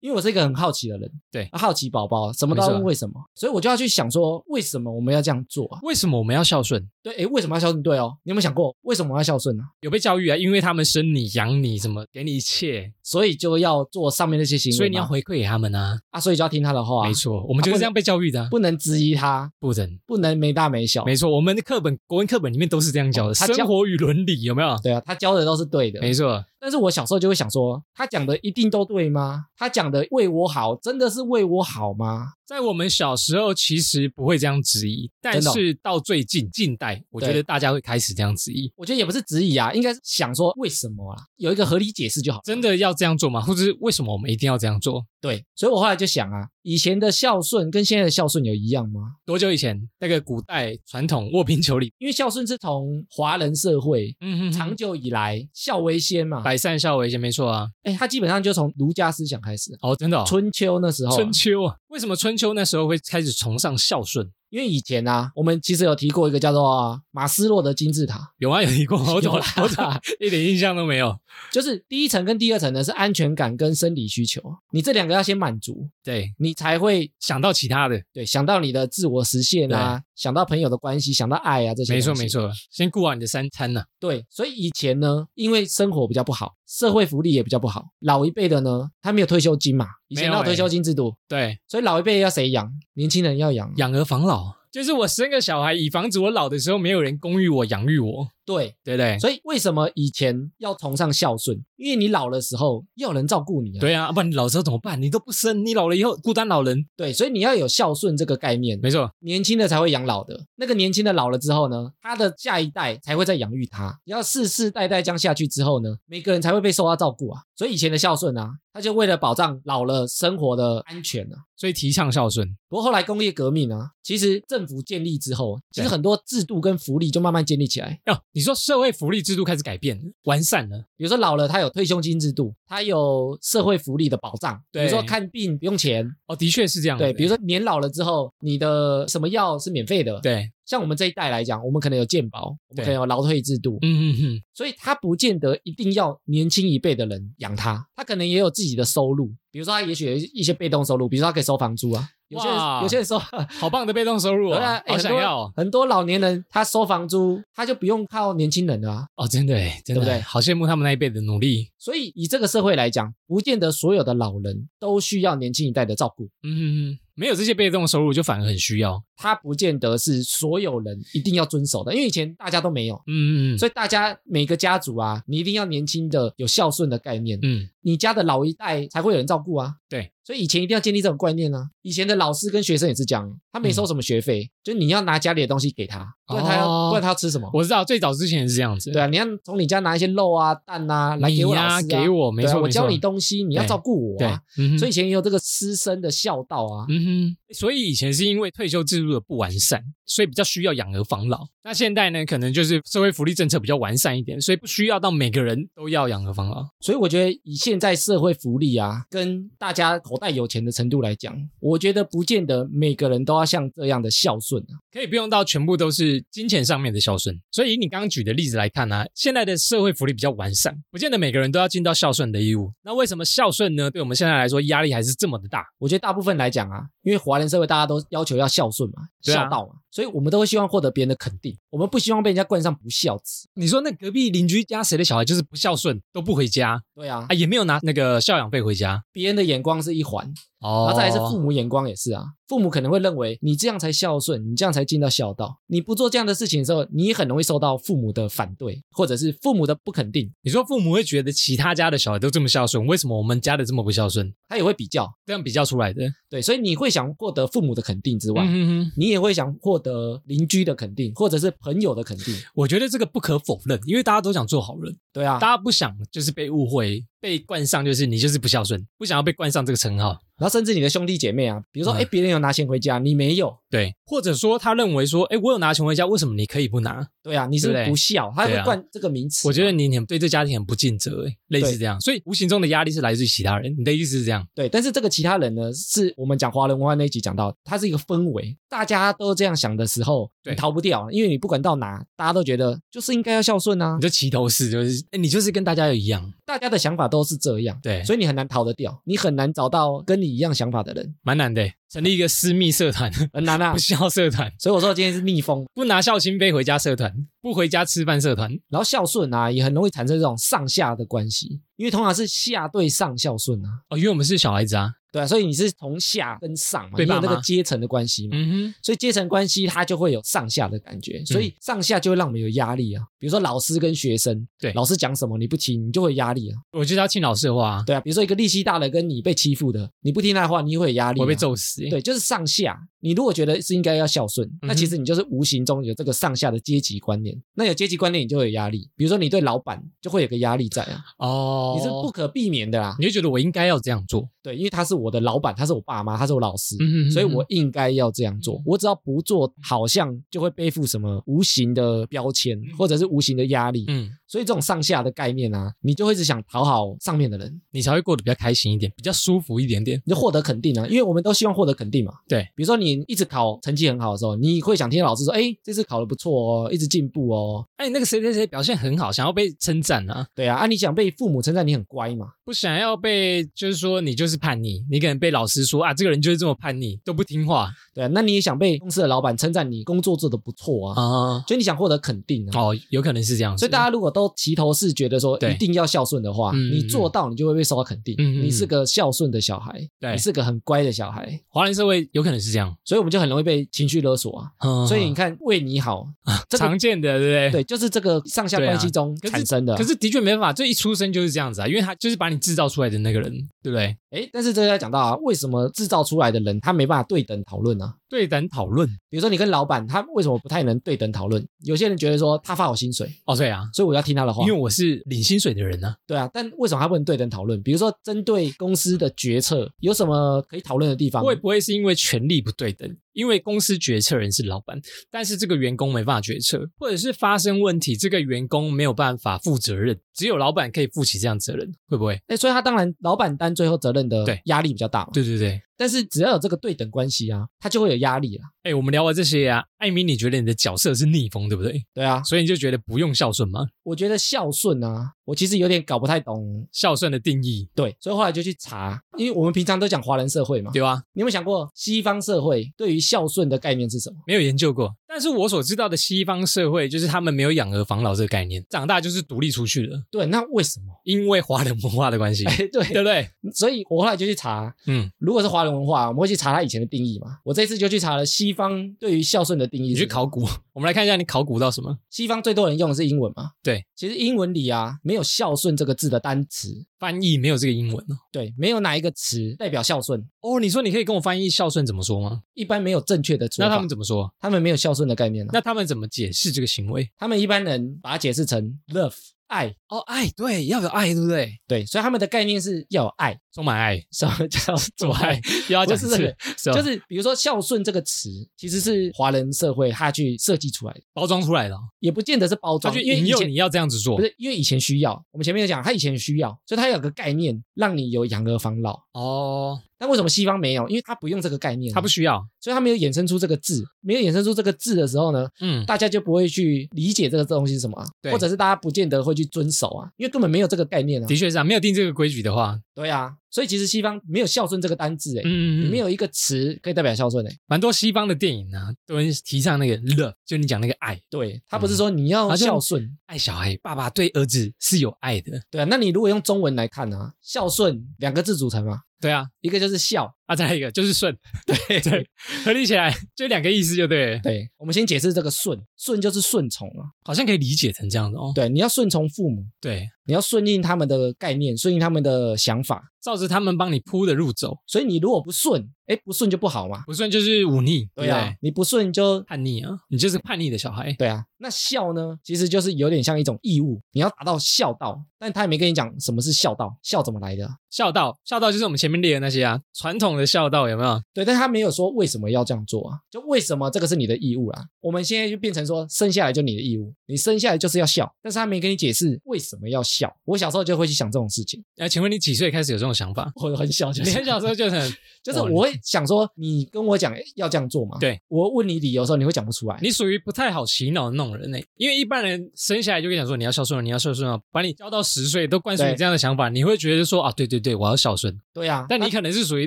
S1: 因为我是一个很好奇的人，
S2: 对
S1: 好奇宝宝，什么都要
S2: 没错
S1: 问为什么，所以我就要去想说，为什么我们要这样做啊？
S2: 为什么我们要孝顺？
S1: 对，诶，为什么要孝顺？对哦，你有没有想过为什么要孝顺呢、
S2: 有被教育啊，因为他们生你养你，什么给你一切，
S1: 所以就要做上面那些行为嘛，
S2: 所以你要回馈给他们啊。
S1: 啊，所以就要听他的话、
S2: 没，错，我们就是这样被教育的啊，
S1: 不能质疑他，
S2: 不能。
S1: 不能没大没小。
S2: 没错，我们的课本国文课本里面都是这样教的，
S1: 哦他教
S2: 生活与伦理有没有？
S1: 对啊，他教的都是对的。
S2: 没错，
S1: 但是我小时候就会想说，他讲的一定都对吗？他讲的为我好，真的是为我好吗？
S2: 在我们小时候其实不会这样质疑，但
S1: 真的哦
S2: 是到最近近代，我觉
S1: 对
S2: 得大家会开始这样质疑。
S1: 我觉得也不是质疑啊，应该是想说为什么啊，有一个合理解释就好。
S2: 真的要这样做吗？或者是为什么我们一定要这样做？
S1: 对，所以我后来就想啊，以前的孝顺跟现在的孝顺有一样吗？
S2: 多久以前那个古代传统卧冰求鲤，
S1: 因为孝顺是从华人社会
S2: 嗯哼
S1: 长久以来孝为先嘛，
S2: 百善孝为先，没错啊。
S1: 哎，他基本上就从儒家思想开始，啊
S2: 哦，真的、哦，
S1: 春秋那时候啊、
S2: 春秋啊，为什么春秋那时候会开始崇尚孝顺？
S1: 因为以前啊，我们其实有提过一个叫做、马斯洛的金字塔，
S2: 有啊，有提过，我怎么
S1: 有啦
S2: 我怎么一点印象都没有？
S1: 就是第一层跟第二层呢是安全感跟生理需求，你这两个要先满足，
S2: 对，
S1: 你才会
S2: 想到其他的，
S1: 对想到你的自我实现啊，想到朋友的关系，想到爱啊这些。
S2: 没错没。错，先顾好你的三餐呐、
S1: 对，所以以前呢，因为生活比较不好，社会福利也比较不好，老一辈的呢，他没有退休金嘛，以前
S2: 没有
S1: 哪有退
S2: 欸
S1: 休金制度，
S2: 对，
S1: 所以老一辈要谁养？年轻人要养。啊
S2: 养儿防老，就是我生个小孩，以防止我老的时候没有人供育我、养育我，
S1: 对，
S2: 对不对？
S1: 所以为什么以前要崇尚孝顺？因为你老的时候要有人照顾你啊。
S2: 对啊，不然你老之后怎么办？你都不生，你老了以后孤单老人，
S1: 对，所以你要有孝顺这个概念。
S2: 没错，
S1: 年轻的才会养老的，那个年轻的老了之后呢，他的下一代才会再养育他。你要世世代代这样下去之后呢，每个人才会被受到照顾啊。所以以前的孝顺啊，他就为了保障老了生活的安全啊。
S2: 所以提倡孝顺，
S1: 不过后来工业革命啊，其实政府建立之后，啊其实
S2: 对
S1: 很多制度跟福利就慢慢建立起来。
S2: 哦，你说社会福利制度开始改变了，完善了，
S1: 比如说老了，他有退休金制度，他有社会福利的保障，比
S2: 对
S1: 如说看病不用钱，
S2: 哦，的确是这样。
S1: 对，比如说年老了之后，你的什么药是免费的，，
S2: 对，
S1: 像我们这一代来讲，我们可能有健保，我们
S2: 对
S1: 可能有劳退制度，
S2: 嗯嗯嗯，
S1: 所以他不见得一定要年轻一辈的人养他，他可能也有自己的收入，比如说他也许有一些被动收入，比如说他可以收房租啊，有些人
S2: 哇
S1: 有些人收，
S2: 好棒的被动收入、
S1: 对啊
S2: 哦，，
S1: 哎
S2: 好
S1: 很
S2: 想
S1: 多
S2: 要哦，
S1: 很多老年人他收房租，他就不用靠年轻人了啊，
S2: 哦真的哎，真的
S1: 对不对
S2: 好羡慕他们那一辈的努力。
S1: 所以以这个社会来讲，不见得所有的老人都需要年轻一代的照顾，
S2: 嗯嗯嗯，没有这些被动收入，就反而很需要。
S1: 他不见得是所有人一定要遵守的，因为以前大家都没有。
S2: 嗯嗯嗯，
S1: 所以大家每个家族啊，你一定要年轻的、有孝顺的概念，
S2: 嗯，
S1: 你家的老一代才会有人照顾啊。
S2: 对，
S1: 所以以前一定要建立这种观念啊。以前的老师跟学生也是这样，他没收
S2: 嗯
S1: 什么学费，就你要拿家里的东西给他，不然他要、
S2: 哦
S1: 不然他要吃什么？
S2: 我知道最早之前是这样子。
S1: 对啊，你要从你家拿一些肉啊、蛋啊来
S2: 你
S1: 给我老
S2: 呀，
S1: 师、啊，
S2: 给我，没
S1: 对啊
S2: 错，
S1: 我
S2: 没
S1: 教
S2: 错
S1: 你东西，你要
S2: 对
S1: 照顾我
S2: 对
S1: 啊。，
S2: 嗯哼
S1: 所以以前也有这个师生的孝道啊。
S2: 嗯哼，所以以前是因为退休制度的不完善，所以比较需要养儿防老。那现代呢，可能就是社会福利政策比较完善一点，所以不需要到每个人都要养儿防老。
S1: 所以我觉得以现在社会福利啊，跟大家口袋有钱的程度来讲，我觉得不见得每个人都要像这样的孝顺啊。
S2: 可以不用到全部都是金钱上面的孝顺，所以以你刚刚举的例子来看呢、啊，现在的社会福利比较完善，不见得每个人都要尽到孝顺的义务。那为什么孝顺呢？对我们现在来说压力还是这么的大？
S1: 我觉得大部分来讲啊，因为华人社会大家都要求要孝顺嘛，
S2: 对啊
S1: 孝道嘛，所以我们都会希望获得别人的肯定，我们不希望被人家冠上不孝子。
S2: 你说那隔壁邻居家谁的小孩就是不孝顺，都不回家
S1: 对啊
S2: 啊，，也没有拿那个孝养费回家
S1: 别人的眼光是一环，
S2: 哦
S1: 然后再来是父母眼光也是啊，父母可能会认为你这样才孝顺，你这样才尽到孝道，你不做这样的事情的时候，你也很容易受到父母的反对，或者是父母的不肯定，
S2: 你说父母会觉得其他家的小孩都这么孝顺，为什么我们家的这么不孝顺？
S1: 他也会比较。
S2: 这样比较出来的。
S1: 对，所以你会想获得父母的肯定之外，
S2: 嗯哼哼，
S1: 你也会想获得邻居的肯定，或者是朋友的肯定。
S2: 我觉得这个不可否认，因为大家都想做好人，
S1: 对啊
S2: 大，家不想就是被误会、被冠上就是你就是不孝顺，不想要被冠上这个称号。
S1: 然后甚至你的兄弟姐妹啊，比如说，
S2: 嗯
S1: 哎、别人有拿钱回家，你没有，
S2: 对，或者说他认为说，哎，我有拿钱回家，为什么你可以不拿？
S1: 对啊，你是不是
S2: 对不对
S1: 不孝，他
S2: 对
S1: 会
S2: 啊
S1: 冠这个名词。
S2: 我觉得你很对这家庭很不尽责，诶类似这样，所以无形中的压力是来自于其他人。你的意思是这样？
S1: 对，但是这个其他人呢，是我们讲华人文化那一集讲到，它是一个氛围，大家都这样想的时候，
S2: 对
S1: 你逃不掉，啊因为你不管到哪，大家都觉得就是应该要孝顺啊
S2: 你，就齐头式，就是哎，你就是跟大家一样，
S1: 大家的想法都是这样，
S2: 对
S1: 所以你很难逃得掉，你很难找到跟你一样想法的人，
S2: 蛮难的，诶成立一个私密社团，
S1: 很难啊
S2: 不。孝社团。
S1: 所以我说今天是逆风，
S2: 不拿孝心杯回家社团，不回家吃饭社团，
S1: 然后孝顺啊，也很容易产生这种上下的关系，因为通常是下对上孝顺啊，
S2: 哦，因为我们是小孩子啊。
S1: 对啊，所以你是从下跟上嘛，
S2: 对
S1: 你有
S2: 爸
S1: 那个
S2: 妈
S1: 阶层的关系嘛，
S2: 嗯哼，
S1: 所以阶层关系它就会有上下的感觉，
S2: 嗯
S1: 所以上下就会让我们有压力啊。比如说老师跟学生，
S2: 对
S1: 老师讲什么你不听，你就会有压力啊，
S2: 我就是要听老师的话啊，
S1: 对啊，比如说一个力气大的跟你被欺负的，你不听他的话，你会有压力、
S2: 我
S1: 啊，
S2: 会被。揍死。欸
S1: 对，就是上下。你如果觉得是应该要孝顺，那
S2: 嗯
S1: 其实你就是无形中有这个上下的阶级观念。那有阶级观念，你就会有压力。比如说你对老板就会有个压力在啊。
S2: 哦，
S1: 你是不，可避免的啦。
S2: 你就觉得我应该要这样做。
S1: 对，因为他是我的老板，他是我爸妈，他是我老师，
S2: 嗯哼
S1: 所以我应该要这样做
S2: 嗯。
S1: 我只要不做，好像就会背负什么无形的标签或者是无形的压力。
S2: 嗯，
S1: 所以这种上下的概念啊，你就会一直想讨好上面的人，
S2: 你才会过得比较开心一点，比较舒服一点点。
S1: 你就获得肯定啊，因为我们都希望获得肯定嘛。
S2: 对，
S1: 比如说你一直考成绩很好的时候，你会想听老师说，哎，这次考得不错哦，一直进步哦。
S2: 哎，那个谁谁谁表现很好，想要被称赞啊，
S1: 对啊，啊，你想被父母称赞你很乖嘛？
S2: 不想要被就是说你就是叛逆，你可能被老师说啊，这个人就是这么叛逆，都不听话
S1: 对啊，那你也想被公司的老板称赞你工作做得不错啊，
S2: 啊。
S1: 所以你想获得肯定啊。
S2: 哦，有可能是这样子。
S1: 所以大家如果都齐头是觉得说
S2: 对
S1: 一定要孝顺的话，
S2: 嗯
S1: 你做到你就会被受到肯定，
S2: 嗯嗯嗯
S1: 你是个孝顺的小孩，
S2: 对
S1: 你是个很乖的小孩，
S2: 华人社会有可能是这样，
S1: 所以我们就很容易被情绪勒索啊。
S2: 嗯
S1: 所以你看，为你好，这个
S2: 常见的，对不对？
S1: 对，就是这个上下
S2: 对啊啊
S1: 关系中
S2: 可是
S1: 产生的。
S2: 可是的确没办法，这一出生就是这样子啊，因为他就是把你制造出来的那个人，对不对？
S1: 哎，但是这个要讲到啊，为什么制造出来的人他没办法对等讨论呢、啊？
S2: 对等讨论
S1: 比如说你跟老板，他为什么不太能对等讨论？有些人觉得说他发我薪水，
S2: 哦，对啊，
S1: 所以我要听他的话
S2: 因为。我是领薪水的人呢、
S1: 对啊，但为什么他不能对等讨论？比如说针对公司的决策，有什么可以讨论的地方？
S2: 会不会是因为权力不对等？因为公司决策人是老板，但是这个员工没办法决策，或者是发生问题，这个员工没有办法负责任，只有老板可以负起这样责任，会不会？
S1: 哎，所以他当然老板担最后责任的
S2: 对
S1: 压力比较大嘛。
S2: 对对对。
S1: 但是只要有这个对等关系啊，他就会有压力啦。
S2: 哎，我们聊完这些啊，艾米，你觉得你的角色是逆风，对不对？
S1: 对啊，
S2: 所以你就觉得不用孝顺吗？
S1: 我觉得孝顺啊，我其实有点搞不太懂。
S2: 孝顺的定义，
S1: 对，所以后来就去查，因为我们平常都讲华人社会嘛，
S2: 对吧？
S1: 你有没有想过西方社会对于孝顺的概念是什么？
S2: 没有研究过，但是我所知道的西方社会就是他们没有养儿防老这个概念，长大就是独立出去了，
S1: 对，那为什么？
S2: 因为华人文化的关系，
S1: 哎，
S2: 对
S1: 对，
S2: 不对？
S1: 所以我后来就去查，
S2: 嗯，
S1: 如果是华人文化，我们会去查它以前的定义嘛。我这次就去查了西方对于孝顺的定义
S2: 你
S1: 是什么。
S2: 去考古， 我们来看一下你考古到什么。
S1: 西方最多人用的是英文嘛？
S2: 对，
S1: 其实英文里啊，没有孝顺这个字的单词，
S2: 翻译没有这个英文哦。
S1: 对，没有哪一个词代表孝顺，
S2: 哦，你说你可以跟我翻译孝顺怎么说吗？
S1: 一般没有正确的说
S2: 那
S1: 法。
S2: 他们怎么说？
S1: 他们没有孝顺的概念啊，
S2: 那他们怎么解释这个行为？
S1: 他们一般人把它解释成 love 爱，
S2: 哦，爱，对，要有爱，对不对？
S1: 对，所以他们的概念是要有爱。
S2: 充满爱，
S1: 什么叫
S2: 做
S1: 做
S2: 爱
S1: 爱？，
S2: 又要讲
S1: 不是
S2: 一
S1: 这
S2: 次
S1: 个，
S2: 是吧
S1: 就是比如说孝顺这个词，其实是华人社会他去设计出来的，
S2: 包装出来的哦，
S1: 也不见得是包
S2: 他
S1: 装，
S2: 就
S1: 因为
S2: 引
S1: 以
S2: 诱
S1: 前
S2: 你要这样子做
S1: 不。是因为以前需要，我们前面有讲，他以前需要，所以他有个概念让你有养儿防老。
S2: 哦，
S1: 但为什么西方没有？因为他不用这个概念啊，
S2: 他不需要，
S1: 所以他没有衍生出这个字，没有衍生出这个字的时候呢，
S2: 嗯，
S1: 大家就不会去理解这个东西是什么、啊，
S2: 对
S1: 或者是大家不见得会去遵守啊，因为根本没有这个概念啊。
S2: 的确是啊，没有定这个规矩的话，
S1: 对啊，所以其实西方没有孝顺这个单字、欸，哎、
S2: 嗯，嗯嗯
S1: 没有一个词可以代表孝顺、欸，哎，
S2: 蛮多西方的电影啊，都会提倡那个 love，就你讲那个爱，
S1: 对他不是说你要
S2: 嗯好像
S1: 孝顺，
S2: 爱小孩，爸爸对儿子是有爱的。
S1: 对啊，那你如果用中文来看啊，孝顺两个字组成嘛，
S2: 对啊，
S1: 一个就是孝，
S2: 啊，再来一个就是顺， 对对，合理起来就两个意思，就对了，
S1: 对，我们先解释这个顺，顺就是顺从啊，
S2: 好像可以理解成这样子哦。
S1: 对，你要顺从父母，
S2: 对，
S1: 你要顺应他们的概念，顺应他们的想法，
S2: 照着他们帮你铺的路走，
S1: 所以你如果不顺，哎，不顺就不好嘛，
S2: 不顺就是忤逆，对
S1: 对
S2: 不
S1: 啊
S2: 对？，
S1: 你不顺就
S2: 叛逆啊，你就是叛逆的小孩。
S1: 对啊。那孝呢，其实就是有点像一种义务，你要达到孝道，但他也没跟你讲什么是孝道，孝怎么来的啊，
S2: 孝道，孝道就是我们前面列的那些啊，传统的孝道有没有？
S1: 对，但他没有说为什么要这样做啊，就为什么这个是你的义务啦。我们现在就变成说，生下来就你的义务，你生下来就是要孝，但是他没跟你解释为什么要孝。我小时候就会去想这种事情，
S2: 哎，请问你几岁开始有这种想法？
S1: 我很小就
S2: 你很小时候就很，
S1: 就是我会想说，你跟我讲诶要这样做嘛？
S2: 对，
S1: 我问你理由的时候，你会讲不出来。
S2: 你属于不太好洗脑的那种人呢、因为一般人生下来就跟你讲说你要孝顺，你要孝顺啊，把你教到十岁都灌输你
S1: 对
S2: 这样的想法，你会觉得说啊，对对对，我要孝顺。
S1: 对啊，
S2: 但你
S1: 那
S2: 可能是属于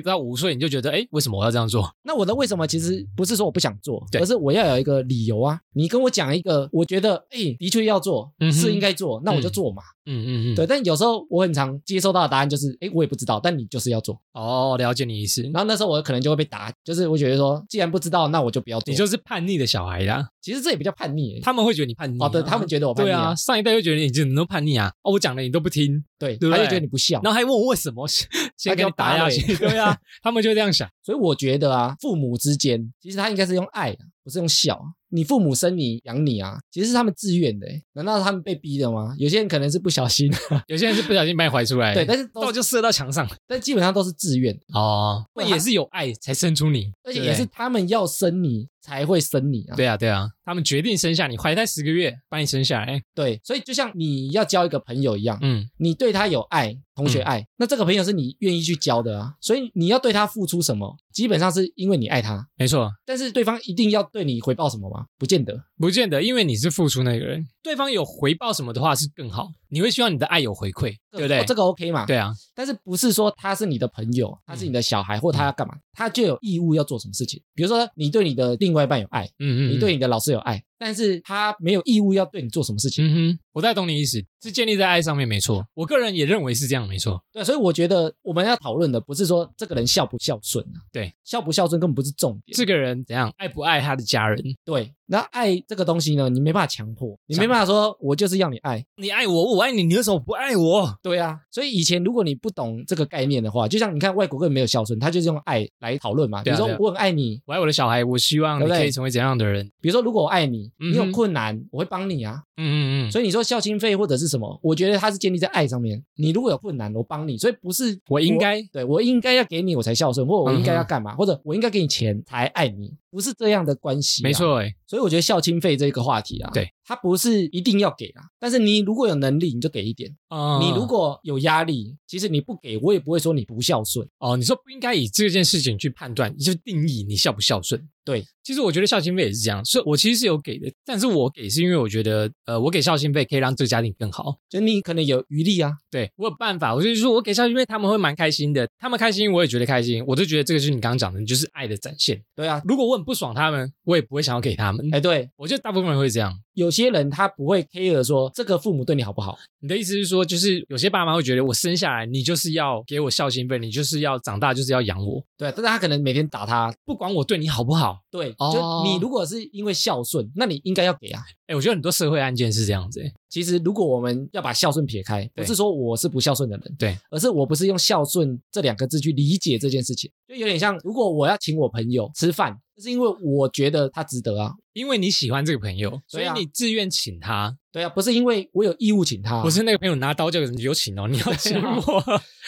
S2: 到五岁你就觉得，哎，为什么我要这 样做？
S1: 那我的为什么其实不是说我不想做，
S2: 对
S1: 而是我要有一个理由啊。你跟我讲一个，我觉得诶的确要做
S2: 嗯，哼
S1: 是应该做，那我就做嘛。
S2: 嗯嗯嗯，
S1: 对，，但有时候我很常接收到的答案就是，诶，我也不知道，但你就是要做。
S2: 哦，了解你意思，
S1: 然后那时候我可能就会被打，就是我觉得说，既然不知道，那我就不要做。
S2: 你就是叛逆的小孩啦，
S1: 其实这也比较叛逆耶。
S2: 他们会觉得你叛逆啊、
S1: 哦，对他们觉得我叛逆
S2: 对啊，，上一代会觉得你怎么都叛逆啊，哦，我讲了你都不听，
S1: 对，
S2: 对
S1: 他
S2: 不
S1: 就
S2: 对
S1: 觉得你不孝。
S2: 然后还问我为什么， 先给你打下去，
S1: 他给我打
S2: 对啊，他们就这样想，
S1: 所以我觉得啊，父母之间其实他应该是用爱的，不是用孝啊。你父母生你养你啊，其实是他们自愿的耶，难道是他们被逼的吗？有些人可能是不小心，
S2: 有些人是不小心把你怀出来，
S1: 对，但是都
S2: 到就射到墙上，
S1: 但基本上都是自愿的，
S2: 哦，
S1: 对
S2: 那
S1: 他
S2: 也是有爱才生出你，
S1: 而且也是
S2: 对不对
S1: 他们要生你，才会生你啊。
S2: 对啊，对啊，他们决定生下你，怀胎十个月把你生下来。哎
S1: 对所以就像你要交一个朋友一样，
S2: 嗯，
S1: 你对他有爱，同学爱，那这个朋友是你愿意去交的啊。所以你要对他付出什么，基本上是因为你爱他，
S2: 没错，
S1: 但是对方一定要对你回报什么吗？不见得。
S2: 不见得，因为你是付出那个人，对方有回报什么的话是更好。你会希望你的爱有回馈，对不对？
S1: 哦这个 OK 嘛？
S2: 对啊，
S1: 但是不是说他是你的朋友，他是你的小孩，或
S2: 嗯
S1: 他要干嘛，他就有义务要做什么事情？比如说你对你的另外一半有爱，
S2: 嗯嗯，
S1: 你
S2: 嗯
S1: 对你的老师有爱，但是他没有义务要对你做什么事情。
S2: 嗯哼，我大概懂你意思，是建立在爱上面，没错。我个人也认为是这样，没错。
S1: 对，所以我觉得我们要讨论的不是说这个人孝不孝顺啊，
S2: 对，
S1: 孝不孝顺根本不是重点。
S2: 这个人怎样爱不爱他的家人？
S1: 对，那爱这个东西呢，你没办法强迫，你没办法说我就是要你爱。
S2: 你爱我，我爱你，你为什么不爱我？
S1: 对啊，所以以前如果你不懂这个概念的话，就像你看外国根本没有孝顺，他就是用爱来讨论嘛。比
S2: 对
S1: 如
S2: 啊
S1: 说
S2: 对啊
S1: 我很爱你，
S2: 我爱我的小孩，我希望你
S1: 对不对
S2: 可以成为怎样的人？
S1: 比如说如果我爱你，你
S2: 嗯
S1: 有
S2: 哼
S1: 困难我会帮你啊。
S2: 嗯嗯嗯，
S1: 所以你说孝心费或者是什么，我觉得它是建立在爱上面。你如果有困难，我帮你，所以不是
S2: 我应该
S1: 对我应该要给你我才孝顺，或者我应
S2: 嗯
S1: 该要干嘛，或者我应该给你钱才爱你，不是这样的关系、啊
S2: 没。错，哎，
S1: 所以我觉得孝亲费这个话题啊，
S2: 对，
S1: 它不是一定要给啊，但是你如果有能力，你就给一点。
S2: 哦
S1: 你如果有压力，其实你不给我也不会说你不孝顺。
S2: 哦，你说不应该以这件事情去判断，就定义你孝不孝顺。
S1: 对，
S2: 其实我觉得孝心费也是这样，所以我其实是有给的，但是我给是因为我觉得，呃，我给孝心费可以让这个家庭更好。
S1: 就你可能有余力啊，
S2: 对我有办法，我就是说我给孝心费，他们会蛮开心的，他们开心我也觉得开心，我就觉得这个就是你刚刚讲的，就是爱的展现。
S1: 对啊，
S2: 如果我很不爽他们，我也不会想要给他们。
S1: 哎，对，
S2: 我觉得大部分人会这样。
S1: 有些人他不会 care 说这个父母对你好不好，
S2: 你的意思是说，就是有些爸妈会觉得我生下来，你就是要给我孝心费，你就是要长大就是要养我，
S1: 对啊，但是他可能每天打他，
S2: 不管我对你好不好。
S1: 对，
S2: 哦
S1: 就你如果是因为孝顺，那你应该要给啊。
S2: 哎，我觉得很多社会案件是这样子、哎
S1: 其实，如果我们要把孝顺撇开，不
S2: 对
S1: 是说我是不孝顺的人，
S2: 对，
S1: 而是我不是用孝顺这两个字去理解这件事情，就有点像，如果我要请我朋友吃饭，是因为我觉得他值得啊，
S2: 因为你喜欢这个朋友，所以
S1: 对啊
S2: 你自愿请他，
S1: 对啊，不是因为我有义务请他啊，啊
S2: 不是那个朋友拿刀叫你有请哦，你要请 我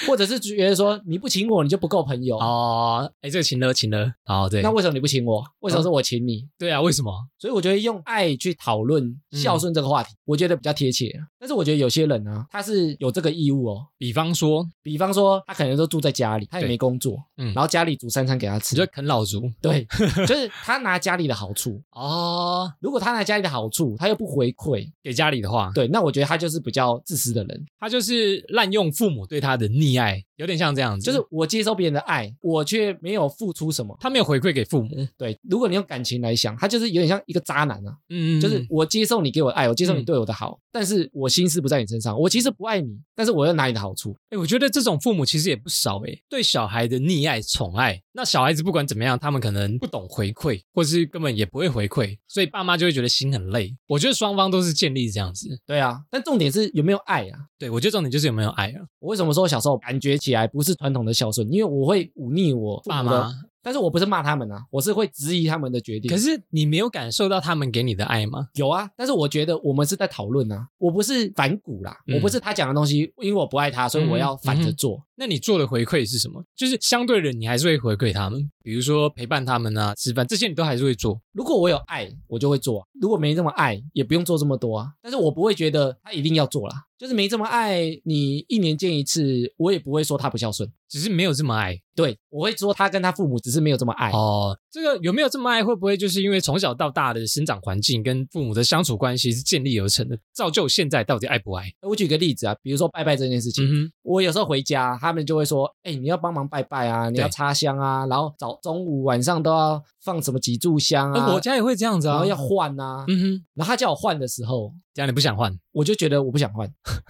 S1: 或者是觉得说你不请我，你就不够朋友。
S2: 哦，哎，这个请了请了，哦对嗯
S1: 那，为什么你不请我？为什么是我请你？
S2: 对啊，为什么？
S1: 所以我觉得用爱去讨论
S2: 嗯
S1: 孝顺这个话题，我觉得比较贴切。啊但是我觉得有些人呢、他是有这个义务哦。
S2: 比方说，
S1: 比方说，他可能都住在家里，他也
S2: 对
S1: 没工作，
S2: 嗯
S1: 然后家里煮三餐给他吃
S2: 你，就啃老族
S1: 对，就是他拿家里的好处。
S2: 哦，
S1: 如果他拿家里的好处，他又不回馈，
S2: 给家里的话，
S1: 对，那我觉得他就是比较自私的人，
S2: 他就是滥用父母对他的溺爱，有点像这样子，
S1: 就是我接受别人的爱，我却没有付出什么。
S2: 他没有回馈给父母，
S1: 对，如果你用感情来想，他就是有点像一个渣男啊，
S2: 嗯，
S1: 就是我接受你给我的爱，我接受你
S2: 嗯
S1: 对我的好，但是我心思不在你身上，我其实不爱你，但是我要拿你的好处。
S2: 哎，我觉得这种父母其实也不少哎，对小孩的溺爱、宠爱，那小孩子不管怎么样，他们可能不懂回馈，或是根本也不会回馈，所以爸妈就会觉得心很累。我觉得双方都是建立这样子，
S1: 对啊，但重点是有没有爱啊？
S2: 对我觉得重点就是有没有爱啊，
S1: 我为什么说小时候感觉起来不是传统的孝顺？因为我会忤逆我父母
S2: 爸
S1: 的，
S2: 妈。
S1: 但是我不是骂他们啊，我是会质疑他们的决定。
S2: 可是你没有感受到他们给你的爱吗？
S1: 有啊，但是我觉得我们是在讨论啊，我不是反骨啦，
S2: 嗯
S1: 我不是他讲的东西，因为我不爱他，所以我要反着做。
S2: 那你做的回馈是什么？就是相对的，你还是会回馈他们，比如说陪伴他们啊、吃饭这些，你都还是会做。
S1: 如果我有爱，我就会做啊；如果没这么爱，也不用做这么多啊。但是我不会觉得他一定要做啦，就是没这么爱你，一年见一次，我也不会说他不孝顺。
S2: 只是没有这么爱
S1: 对，我会说他跟他父母只是没有这么爱。
S2: 哦，这个有没有这么爱，会不会就是因为从小到大的生长环境跟父母的相处关系是建立而成的，造就现在到底爱不爱？
S1: 我举个例子啊，比如说拜拜这件事情，
S2: 嗯
S1: 我有时候回家，他们就会说：“哎、你要帮忙拜拜啊，你要插香啊，然后早中午晚上都要放什么几炷香
S2: 嗯哼，
S1: 啊，
S2: 我家也会这样子
S1: 然
S2: 啊
S1: 后，要换啊。
S2: 嗯哼，
S1: 然后他叫我换的时候，
S2: 这样你不想换，
S1: 我就觉得我不想换，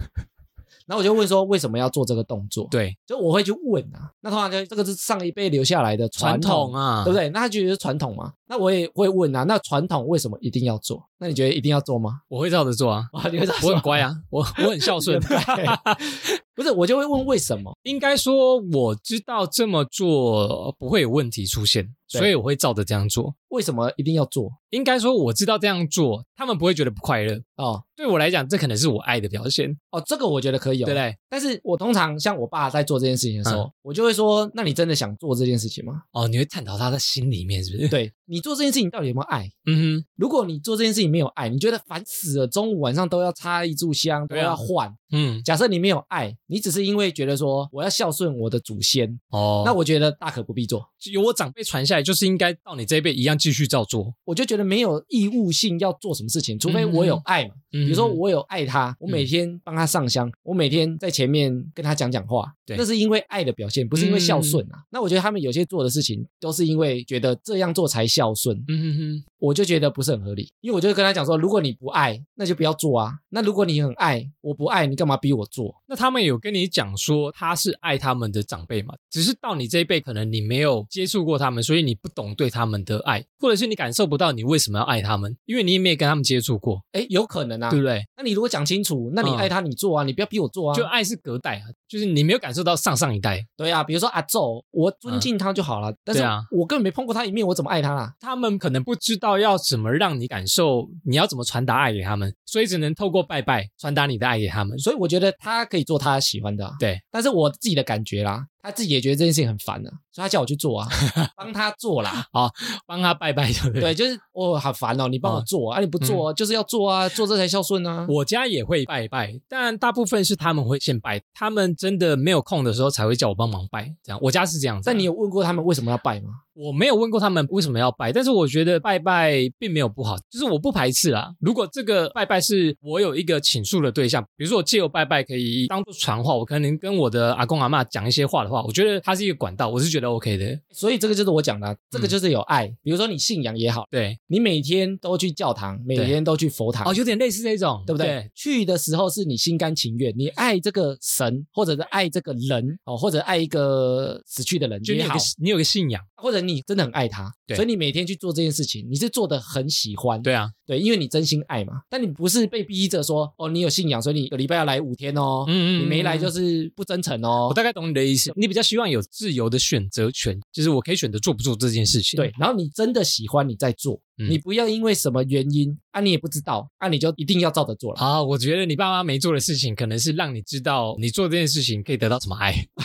S1: 然后我就问说为什么要做这个动作？
S2: 对，
S1: 就我会去问啊。那通常就这个是上一辈留下来的
S2: 传
S1: 统
S2: 统，啊，
S1: 对不对？那他觉得是传统嘛，那我也会问啊。那传统为什么一定要做？那你觉得一定要做吗？
S2: 我会照着 做啊，
S1: 啊，你会这样
S2: 我
S1: 说。
S2: 很乖啊，我我很孝顺
S1: 不是，我就会问为什么。
S2: 应该说，我知道这么做不会有问题出现。
S1: 对
S2: 所以我会照着这样做。
S1: 为什么一定要做？
S2: 应该说我知道这样做，他们不会觉得不快乐。
S1: 哦
S2: 对我来讲，这可能是我爱的表现，
S1: 哦，这个我觉得可以有，
S2: 对不对？
S1: 但是我通常像我爸在做这件事情的时候，
S2: 嗯
S1: 我就会说：“那你真的想做这件事情吗
S2: 哦，你会探讨他的心里面是不？”是？，
S1: 对你做这件事情到底有没有爱？
S2: 嗯
S1: 如果你做这件事情没有爱，你觉得烦死了，中午晚上都要插一炷香，都
S2: 对啊
S1: 要换。
S2: 哼，嗯，
S1: 假设你没有爱，你只是因为觉得说我要孝顺我的祖先，
S2: 哦，
S1: 那我觉得大可不必做。
S2: 由我长辈传下来，就是应该到你这一辈一样继续照做。
S1: 我就觉得没有义务性要做什么事情，除非我有爱嘛。
S2: 嗯
S1: 比如说我有爱他，我每天帮他上香，我每天在前面跟他讲讲话，
S2: 对嗯
S1: 那是因为爱的表现，不是因为孝顺啊。那我觉得他们有些做的事情都是因为觉得这样做才孝顺，啊
S2: 嗯哼哼，
S1: 我就觉得不是很合理。因为我就跟他讲说，如果你不爱，那就不要做啊。那如果你很爱，我不爱，你干嘛逼我做？
S2: 那他们有跟你讲说他是爱他们的长辈嘛？只是到你这一辈，可能你没有接触过他们，所以你不懂对他们的爱，或者是你感受不到你为什么要爱他们，因为你也没有跟他们接触过，
S1: 哎，有可能啊
S2: 对。不对？
S1: 那你如果讲清楚，那你
S2: 嗯
S1: 爱他，你做啊，你不要逼我做啊。
S2: 就爱是隔代啊，就是你没有感受到上上一代，
S1: 对啊，比如说阿宙，我尊敬他就好了，但是
S2: 嗯对啊
S1: 我根本没碰过他一面，我怎么爱他啊啦？
S2: 他们可能不知道要怎么让你感受，你要怎么传达爱给他们，所以只能透过拜拜传达你的爱给他们。
S1: 所以我觉得他可以做他喜欢的、啊，
S2: 对，
S1: 但是我自己的感觉啦，他自己也觉得这件事情很烦啊，所以他叫我去做 啊，帮他做啦。
S2: 帮他拜拜，对不对？嗯
S1: 对，就是我、好烦哦，你帮我做啊，啊你不做、啊就是要做啊，做这才孝顺啊。
S2: 我家也会拜拜，但大部分是他们会先拜，他们真的没有空的时候才会叫我帮忙拜。这样，我家是这样子啊。
S1: 但你有问过他们为什么要拜吗？
S2: 我没有问过他们为什么要拜，但是我觉得拜拜并没有不好，就是我不排斥啦。如果这个拜拜是我有一个倾诉的对象，比如说我借由拜拜可以当做传话，我可能跟我的阿公阿嬷讲一些话的话，我觉得它是一个管道，我是觉得 OK 的。
S1: 所以这个就是我讲的啊、
S2: 嗯
S1: 这个就是有爱。比如说你信仰也好，
S2: 对，
S1: 你每天都去教堂，每天都去佛堂，
S2: 哦，有点类似这种，
S1: 对不对？去的时候是你心甘情愿，你爱这个神，或者是爱这个人哦，或者爱一个死去的人
S2: 就你
S1: 也
S2: 有
S1: 好
S2: 个，你有个信仰，
S1: 或者你真的很爱他，
S2: 对
S1: 所以你每天去做这件事情，你是做的很喜欢，
S2: 对啊，
S1: 对因为你真心爱嘛。但你不是被逼着说哦，你有信仰，所以你有礼拜要来五天哦，
S2: 嗯。
S1: 你没来就是是不真诚哦
S2: 我。大概懂你的意思，你比较希望有自由的选择权，就是我可以选择做不做这件事情。
S1: 对，，然后你真的喜欢你在做，
S2: 嗯
S1: 你不要因为什么原因啊，你也不知道啊，你就一定要照着做了。
S2: 好，我觉得你爸妈没做的事情，可能是让你知道你做这件事情可以得到什么爱，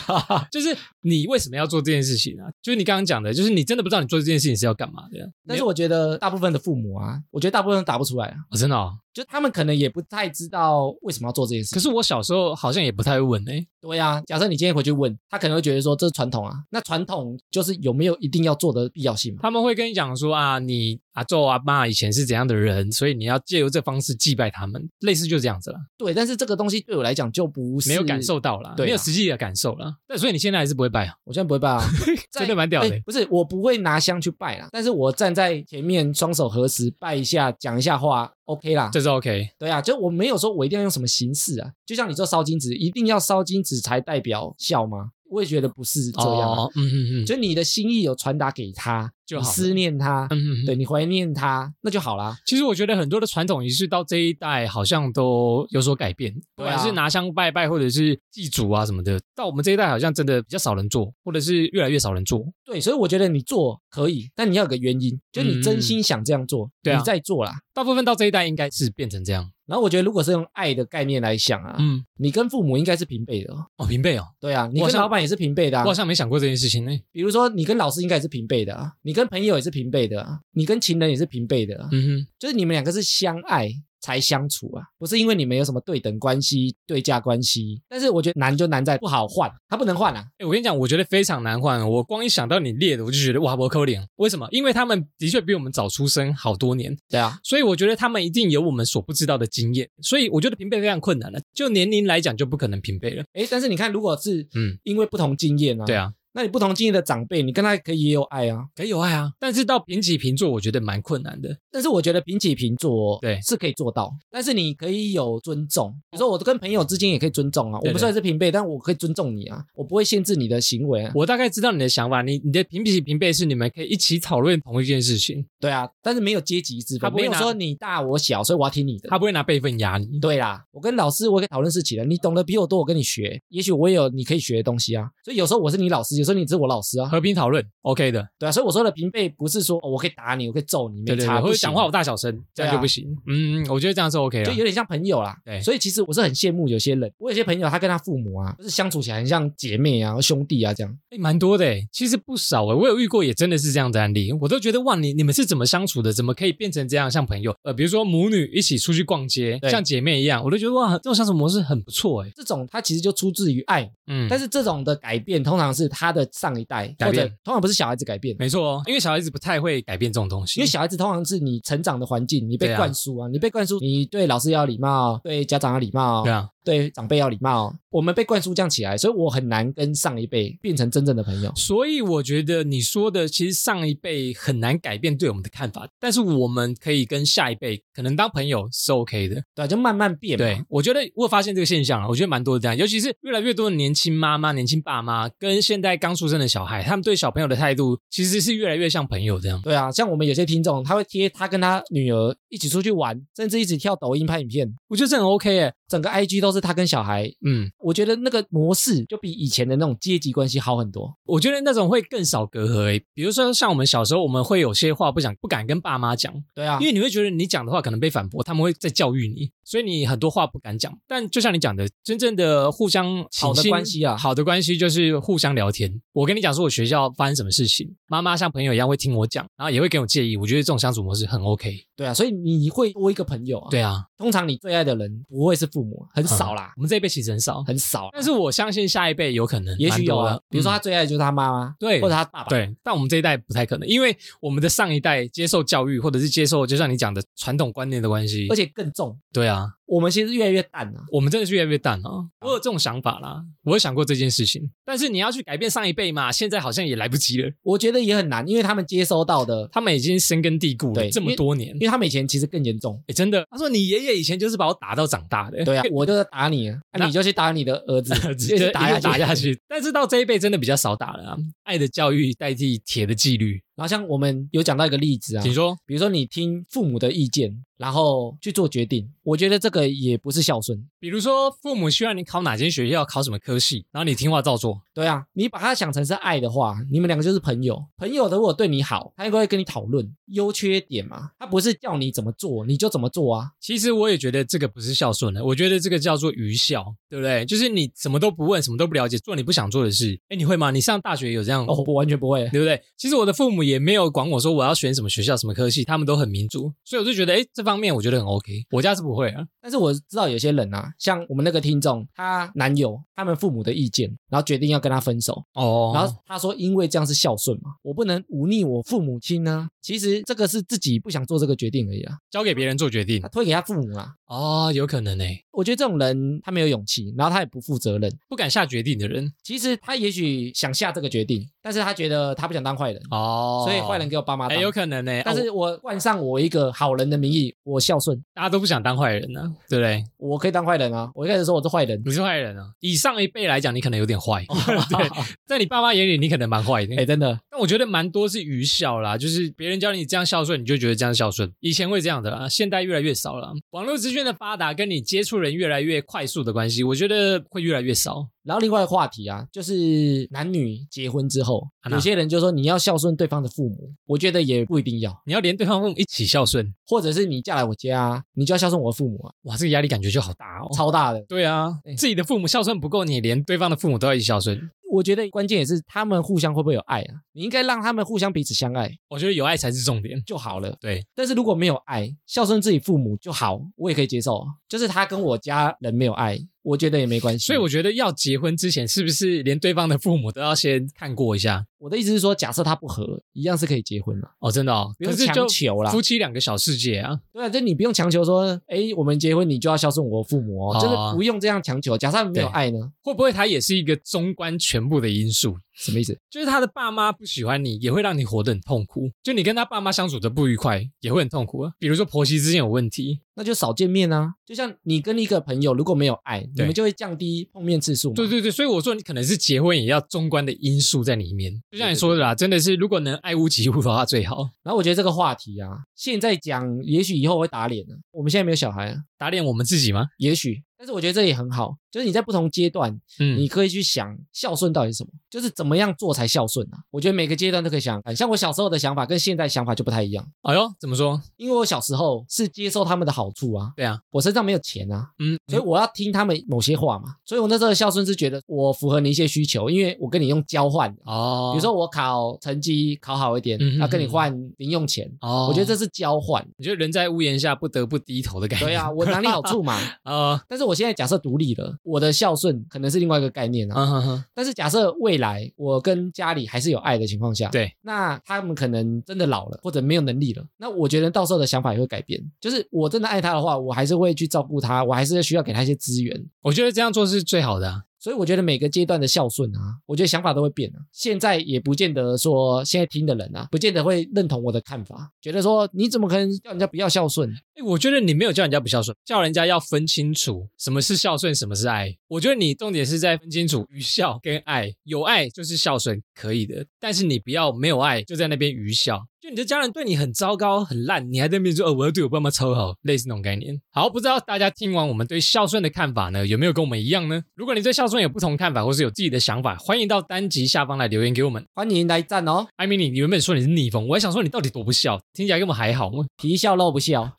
S2: 就是你为什么要做这件事情啊？就是你刚刚讲的，就是你真的不知道你做这件事情是要干嘛的。
S1: 但是我觉得大部分的父母啊，我觉得大部分都答不出来啊，
S2: 我、真的、哦，
S1: 就他们可能也不太知道为什么要做这件事
S2: 可。是我小时候好像也不太会问诶、欸
S1: 对啊，假设你今天回去问他，可能会觉得说这是传统啊，那传统就是有没有一定要做的必要性嘛？
S2: 他们会跟你讲说啊，你阿昼阿爸以前是怎样的人，所以你要借由这方式祭拜他们，类似就这样子了，
S1: 对，但是这个东西对我来讲就不是
S2: 没有感，受到啦，
S1: 对啊
S2: 没有实际的感受啦。但所以你现在还是不会拜啊，
S1: 我现在不会 拜啊，在
S2: 真的蛮屌的、
S1: 哎不是，我不会拿香去拜啦，但是我站在前面双手合十拜一下，讲一下话，OK 啦。
S2: 这是 OK。
S1: 对啊，就我没有说我一定要用什么形式啊，就像你说烧金纸，一定要烧金纸才代表孝吗？我也觉得不是这样啊、
S2: 哦，嗯嗯嗯，
S1: 就你的心意有传达给他，
S2: 就
S1: 你
S2: 好了
S1: 思念他，
S2: 嗯嗯，
S1: 对。你怀念他，那就好啦。
S2: 其实我觉得很多的传统仪式到这一代好像都有所改变，不
S1: 对啊
S2: 管是拿香拜拜或者是祭祖啊什么的，到我们这一代好像真的比较少人做，或者是越来越少人做。
S1: 对，所以我觉得你做可以，但你要有个原因，就你真心想这样做，
S2: 嗯对啊
S1: 你在做啦。
S2: 大部分到这一代应该是变成这样，
S1: 然后我觉得，如果是用爱的概念来想啊，
S2: 嗯，
S1: 你跟父母应该是平辈的哦，
S2: 哦，平辈哦，
S1: 对啊，你
S2: 我好
S1: 跟
S2: 像
S1: 老板也是平辈的
S2: 我
S1: 啊
S2: 好，像没想过这件事情呢。
S1: 比如说你跟老师应该也是平辈的啊，你跟朋友也是平辈的啊，你跟情人也是平辈的啊，
S2: 嗯
S1: 就是你们两个是相爱才相处啊，不是因为你们有什么对等关系、对价关系。但是我觉得难就难在不好换，他不能换啊，
S2: 哼，哎，我跟你讲，我觉得非常难换。我光一想到你列的，我就觉得哇，我扣脸。为什么？因为他们的确比我们早出生好多年，
S1: 对啊，
S2: 所以我觉得他们一定有我们所不知道的经验，所以我觉得平辈非常困难了。就年龄来讲，就不可能平辈了。
S1: 诶，但是你看，如果是
S2: 嗯，
S1: 因为不同经验啊，
S2: 对，啊，
S1: 那你不同经验的长辈，你跟他可以也有爱啊。
S2: 可以有爱啊，但是到平起平坐，我觉得蛮困难的。
S1: 但是我觉得平起平坐
S2: 对
S1: 是可以做到，但是你可以有尊重，比如说我跟朋友之间也可以尊重啊，
S2: 对对
S1: 我不算是平辈，但我可以尊重你啊，我不会限制你的行为啊。
S2: 我大概知道你的想法，你你的平起平辈是你们可以一起讨论同一件事情，
S1: 对啊，但是没有阶级之
S2: 他
S1: 分，
S2: 不会
S1: 没有
S2: 拿
S1: 说你大我小，所以我要听你的
S2: 他。不会拿辈分压你。
S1: 对啦，我跟老师我也可以讨论事情了，你懂得比我多，我跟你学，也许我也有你可以学的东西啊。所以有时候我是你老师，有时说你只是我老师啊，
S2: 和平讨论，OK 的，
S1: 对啊，所以我说的平辈不是说、哦我可以打你，我可以揍你，
S2: 对
S1: 没
S2: 对
S1: 差，
S2: 对，或
S1: 不
S2: 者
S1: 行
S2: 讲话我大小声，这
S1: 对啊
S2: 样就不行。嗯，我觉得这样是 OK
S1: 就
S2: 的。
S1: 有点像朋友啦。
S2: 对
S1: 所以其实我是很羡慕有些人，我有些朋友他跟他父母啊，就是相处起来很像姐妹啊、兄弟啊这样。
S2: 哎，蛮多的诶，其实不少欸诶，我有遇过也真的是这样的案例，我都觉得哇，你你们是怎么相处的？怎么可以变成这样像朋友？呃，比如说母女一起出去逛街，
S1: 对
S2: 像姐妹一样，我都觉得哇，这种相处模式很不错诶。
S1: 这种他其实就出自于爱，
S2: 嗯，
S1: 但
S2: 是
S1: 是这种的改变通常是他的上一代，
S2: 改
S1: 或
S2: 变
S1: 者通常不是小孩子改变。
S2: 没错哦，因为小孩子不太会改变这种东西，
S1: 因为小孩子通常是你成长的环境，你
S2: 对
S1: 被
S2: 啊
S1: 灌输啊，你被灌输，你对老师要礼貌，对家长要礼貌
S2: 对，啊，
S1: 对长辈要礼貌。我们被灌输这样起来，所以我很难跟上一辈变成真正的朋友。
S2: 所以我觉得你说的，其实上一辈很难改变对我们的看法，但是我们可以跟下一辈可能当朋友是 OK 的。
S1: 对啊，就慢慢变嘛。
S2: 对，我觉得我有发现这个现象了，我觉得蛮多的这样，尤其是越来越多的年轻妈妈、年轻爸妈跟现在刚出生的小孩，他们对小朋友的态度其实是越来越像朋友这样。
S1: 对啊，像我们有些听众，他会贴他跟他女儿一起出去玩，甚至一起跳抖音拍影片，
S2: 我觉得这很 OK 诶。
S1: 整个 IG 都是他跟小孩。
S2: 嗯，
S1: 我觉得那个模式就比以前的那种阶级关系好很多。
S2: 我觉得那种会更少隔阂诶。比如说像我们小时候，我们会有些话不想、不敢跟爸妈讲，
S1: 对啊
S2: 因，为你会觉得你讲的话可能被反驳，他们会在教育你，所以你很多话不敢讲。但就像你讲的，真正的互相
S1: 好的
S2: 倾
S1: 关系啊
S2: 好的关系就是互相聊天。我跟你讲说我学校发生什么事情，妈妈像朋友一样会听我讲，然后也会给我建议。我觉得这种相处模式很 OK。
S1: 对啊，所以你会多一个朋友啊。，
S2: 对啊，
S1: 通常你最爱的人不会是父母，很少啦，
S2: 我们这一辈其实很少，
S1: 很少。
S2: 但是我相信下一辈有可能，
S1: 也许
S2: 蛮
S1: 有
S2: 多
S1: 啊
S2: 的，
S1: 比如说
S2: 嗯
S1: 他最爱的就是他妈妈，
S2: 对
S1: 或者他爸爸。
S2: 对，但我们这一代不太可能，因为我们的上一代接受教育，或者是接受就像你讲的传统观念的关系
S1: 而，且更重，
S2: 对啊，
S1: 我们其实越来越淡啊了、
S2: 我们真的是越来越淡了、我有这种想法啦，我有想过这件事情，但是你要去改变上一辈嘛，现在好像也来不及了。
S1: 我觉得也很难，因为他们接收到的，
S2: 他们已经深根蒂固了
S1: 对
S2: 这么多年
S1: 因，为他们以前其实更严重。
S2: 哎，真的。他说你爷爷以前就是把我打到长大的，
S1: 对 啊，我就是打你啊，
S2: 那
S1: 啊你就去打你的儿
S2: ，
S1: 子
S2: 直
S1: 就
S2: 接
S1: 去
S2: 打
S1: 打
S2: 下打下
S1: 去。
S2: 去。但是到这一辈真的比较少打了、啊，爱的教育代替铁的纪律。
S1: 然后像我们有讲到一个例子啊，
S2: 请说，
S1: 比如说你听父母的意见，然后去做决定，我觉得这个也不是孝顺。
S2: 比如说父母希望你考哪间学校，考什么科系，然后你听话照做，
S1: 对啊，你把他想成是爱的话，你们两个就是朋友。朋友如果对你好，他应该会跟你讨论优缺点嘛，他不是叫你怎么做你就怎么做啊。
S2: 其实我也觉得这个不是孝顺了，我觉得这个叫做愚孝，对不对？就是你什么都不问，什么都不了解，做你不想做的事。哎，你会吗？你上大学有这样？
S1: 哦，我完全不会。
S2: 对不对？其实我的父母也没有管我说我要选什么学校、什么科系，他们都很民主，所以我就觉得，哎，这方面我觉得很 OK。我家是不会啊，
S1: 但是我知道有些人啊，像我们那个听众，她男友他们父母的意见，然后决定要跟她分手，
S2: 哦
S1: 然后她说因为这样是孝顺嘛，我不能忤逆我父母亲啊。其实这个是自己不想做这个决定而已啊，
S2: 交给别人做决定
S1: 她，推给她父母啊。
S2: 哦，有可能呢，
S1: 我觉得这种人他没有勇气，然后他也不负责任。
S2: 不敢下决定的人，
S1: 其实他也许想下这个决定，但是他觉得他不想当坏人，
S2: 哦，
S1: 所以坏人，给我爸妈
S2: 哎，
S1: 当。
S2: 有可能呢，
S1: 但
S2: 哦
S1: 是我冠上我一个好人的名义，我孝顺，
S2: 大家都不想当坏人呢、对不对？
S1: 我可以当坏人啊。我一开始说我是坏人，
S2: 你是坏人啊，以上一辈来讲，你可能有点坏，
S1: 哦
S2: 对，在你爸妈眼里，你可能蛮坏的，
S1: 哎，真的，
S2: 但我觉得蛮多是愚孝啦，就是别人教你这样孝顺，你就觉得这样孝顺。以前会这样的啦，现在越来越少了。网络资讯的发达跟你接触人越来越快速的关系，我觉得会越来越少。
S1: 然后另外一个话题啊，就是男女结婚之后，
S2: 啊那
S1: 有些人就说你要孝顺对方的父母，我觉得也不一定要，
S2: 你要连对方父母一起孝顺，
S1: 或者是你嫁来我家，你就要孝顺我的父母啊，
S2: 哇，这个压力感觉就好大哦。
S1: 超大的。
S2: 对啊，自己的父母孝顺不够，你连对方的父母都要一起孝顺。
S1: 我觉得关键也是他们互相会不会有爱啊？你应该让他们互相彼此相爱
S2: 我觉得有爱才是重点。
S1: 就好了。
S2: 对，
S1: 但是如果没有爱，孝顺自己父母就好，我也可以接受。啊就是他跟我家人没有爱，我觉得也没关系。
S2: 所以我觉得要结婚之前，是不是连对方的父母都要先看过一下？
S1: 我的意思是说，假设他不和，一样是可以结婚的，
S2: 哦，真的哦，
S1: 不
S2: 可
S1: 用
S2: 是就
S1: 强求啦
S2: 夫。妻两个小世界啊。
S1: 对啊，就你不用强求说，哎，我们结婚你就要孝顺我父母哦，
S2: 哦
S1: 就是不用这样强求。假设他们没有
S2: 对
S1: 爱呢，
S2: 会不会它也是一个中观全部的因素？
S1: 什么意思？
S2: 就是他的爸妈不喜欢你，也会让你活得很痛苦。就你跟他爸妈相处的不愉快，也会很痛苦啊。比如说婆媳之间有问题，
S1: 那就少见面啊。就像你跟一个朋友如果没有爱，你
S2: 对
S1: 们就会降低碰面次数嘛。
S2: 对对对，所以我说你可能是结婚也要中观的因素在里面。就像你说的啦，真的是如果能爱屋及乌的话最好。
S1: 然后我觉得这个话题啊，现在讲，也许以后会打脸的、我们现在没有小孩啊，
S2: 打脸我们自己吗？
S1: 也许但是我觉得这也很好，就是你在不同阶段，
S2: 嗯
S1: 你可以去想孝顺到底是什么，就是怎么样做才孝顺啊？我觉得每个阶段都可以想，像我小时候的想法跟现在想法就不太一样，
S2: 哎呦，怎么说？
S1: 因为我小时候是接受他们的好处啊，
S2: 对啊，
S1: 我身上没有钱啊，
S2: 嗯，
S1: 所以我要听他们某些话嘛。所以我那时候的孝顺是觉得我符合你一些需求，因为我跟你用交换的，
S2: 哦，
S1: 比如说我考成绩考好一点
S2: 嗯，
S1: 要、
S2: 嗯哦
S1: 跟你
S2: 嗯
S1: 换零用钱，
S2: 哦，
S1: 我觉得这是交换。
S2: 你觉得人在屋檐下不得不低头的感觉？
S1: 对 啊，我拿你好处嘛。
S2: 啊，
S1: 但是我现在假设独立了，我的孝顺可能是另外一个概念啊。
S2: 嗯哼哼，
S1: 但是假设未来我跟家里还是有爱的情况下，
S2: 对，
S1: 那他们可能真的老了或者没有能力了，那我觉得到时候的想法也会改变。就是我真的爱他的话，我还是会去照顾他，我还是需要给他一些资源。
S2: 我觉得这样做是最好的啊。
S1: 所以我觉得每个阶段的孝顺啊，我觉得想法都会变啊。现在也不见得说现在听的人啊，不见得会认同我的看法，觉得说你怎么可能叫人家不要孝顺？
S2: 哎，我觉得你没有叫人家不孝顺，叫人家要分清楚什么是孝顺，什么是爱。我觉得你重点是在分清楚愚孝跟爱，有爱就是孝顺，可以的。但是你不要没有爱就在那边愚孝，就你的家人对你很糟糕、很烂，你还在那边说哦，我要对我爸妈超好，类似那种概念。好，不知道大家听完我们对孝顺的看法呢，有没有跟我们一样呢？如果你对孝顺有不同看法，或是有自己的想法，欢迎到单集下方来留言给我们。
S1: 欢迎来赞哦，
S2: 艾米，你原本说你是逆风，我还想说你到底多不孝，听起来根本还好嘛。
S1: 皮笑肉不笑。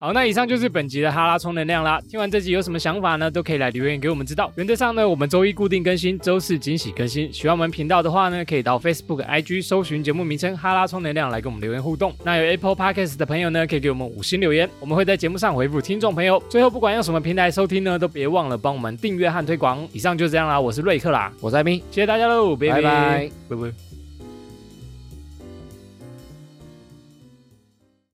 S2: 好，那以上就是本集的哈拉充能量啦。听完这集有什么想法呢？都可以来留言给我们知道。原则上呢，我们周一固定更新，周四惊喜更新。喜欢我们频道的话呢，可以到 Facebook、IG 搜寻节目名称“哈拉充能量”来跟我们留言互动。那有 Apple Podcast 的朋友呢，可以给我们五星留言，我们会在节目上回复听众朋友。最后，不管用什么平台收听呢，都别忘了帮我们订阅和推广。以上就这样啦，我是瑞克啦，
S1: 我是艾米，
S2: 谢谢大家喽，拜
S1: 拜
S2: 拜
S1: 拜，
S2: 拜拜。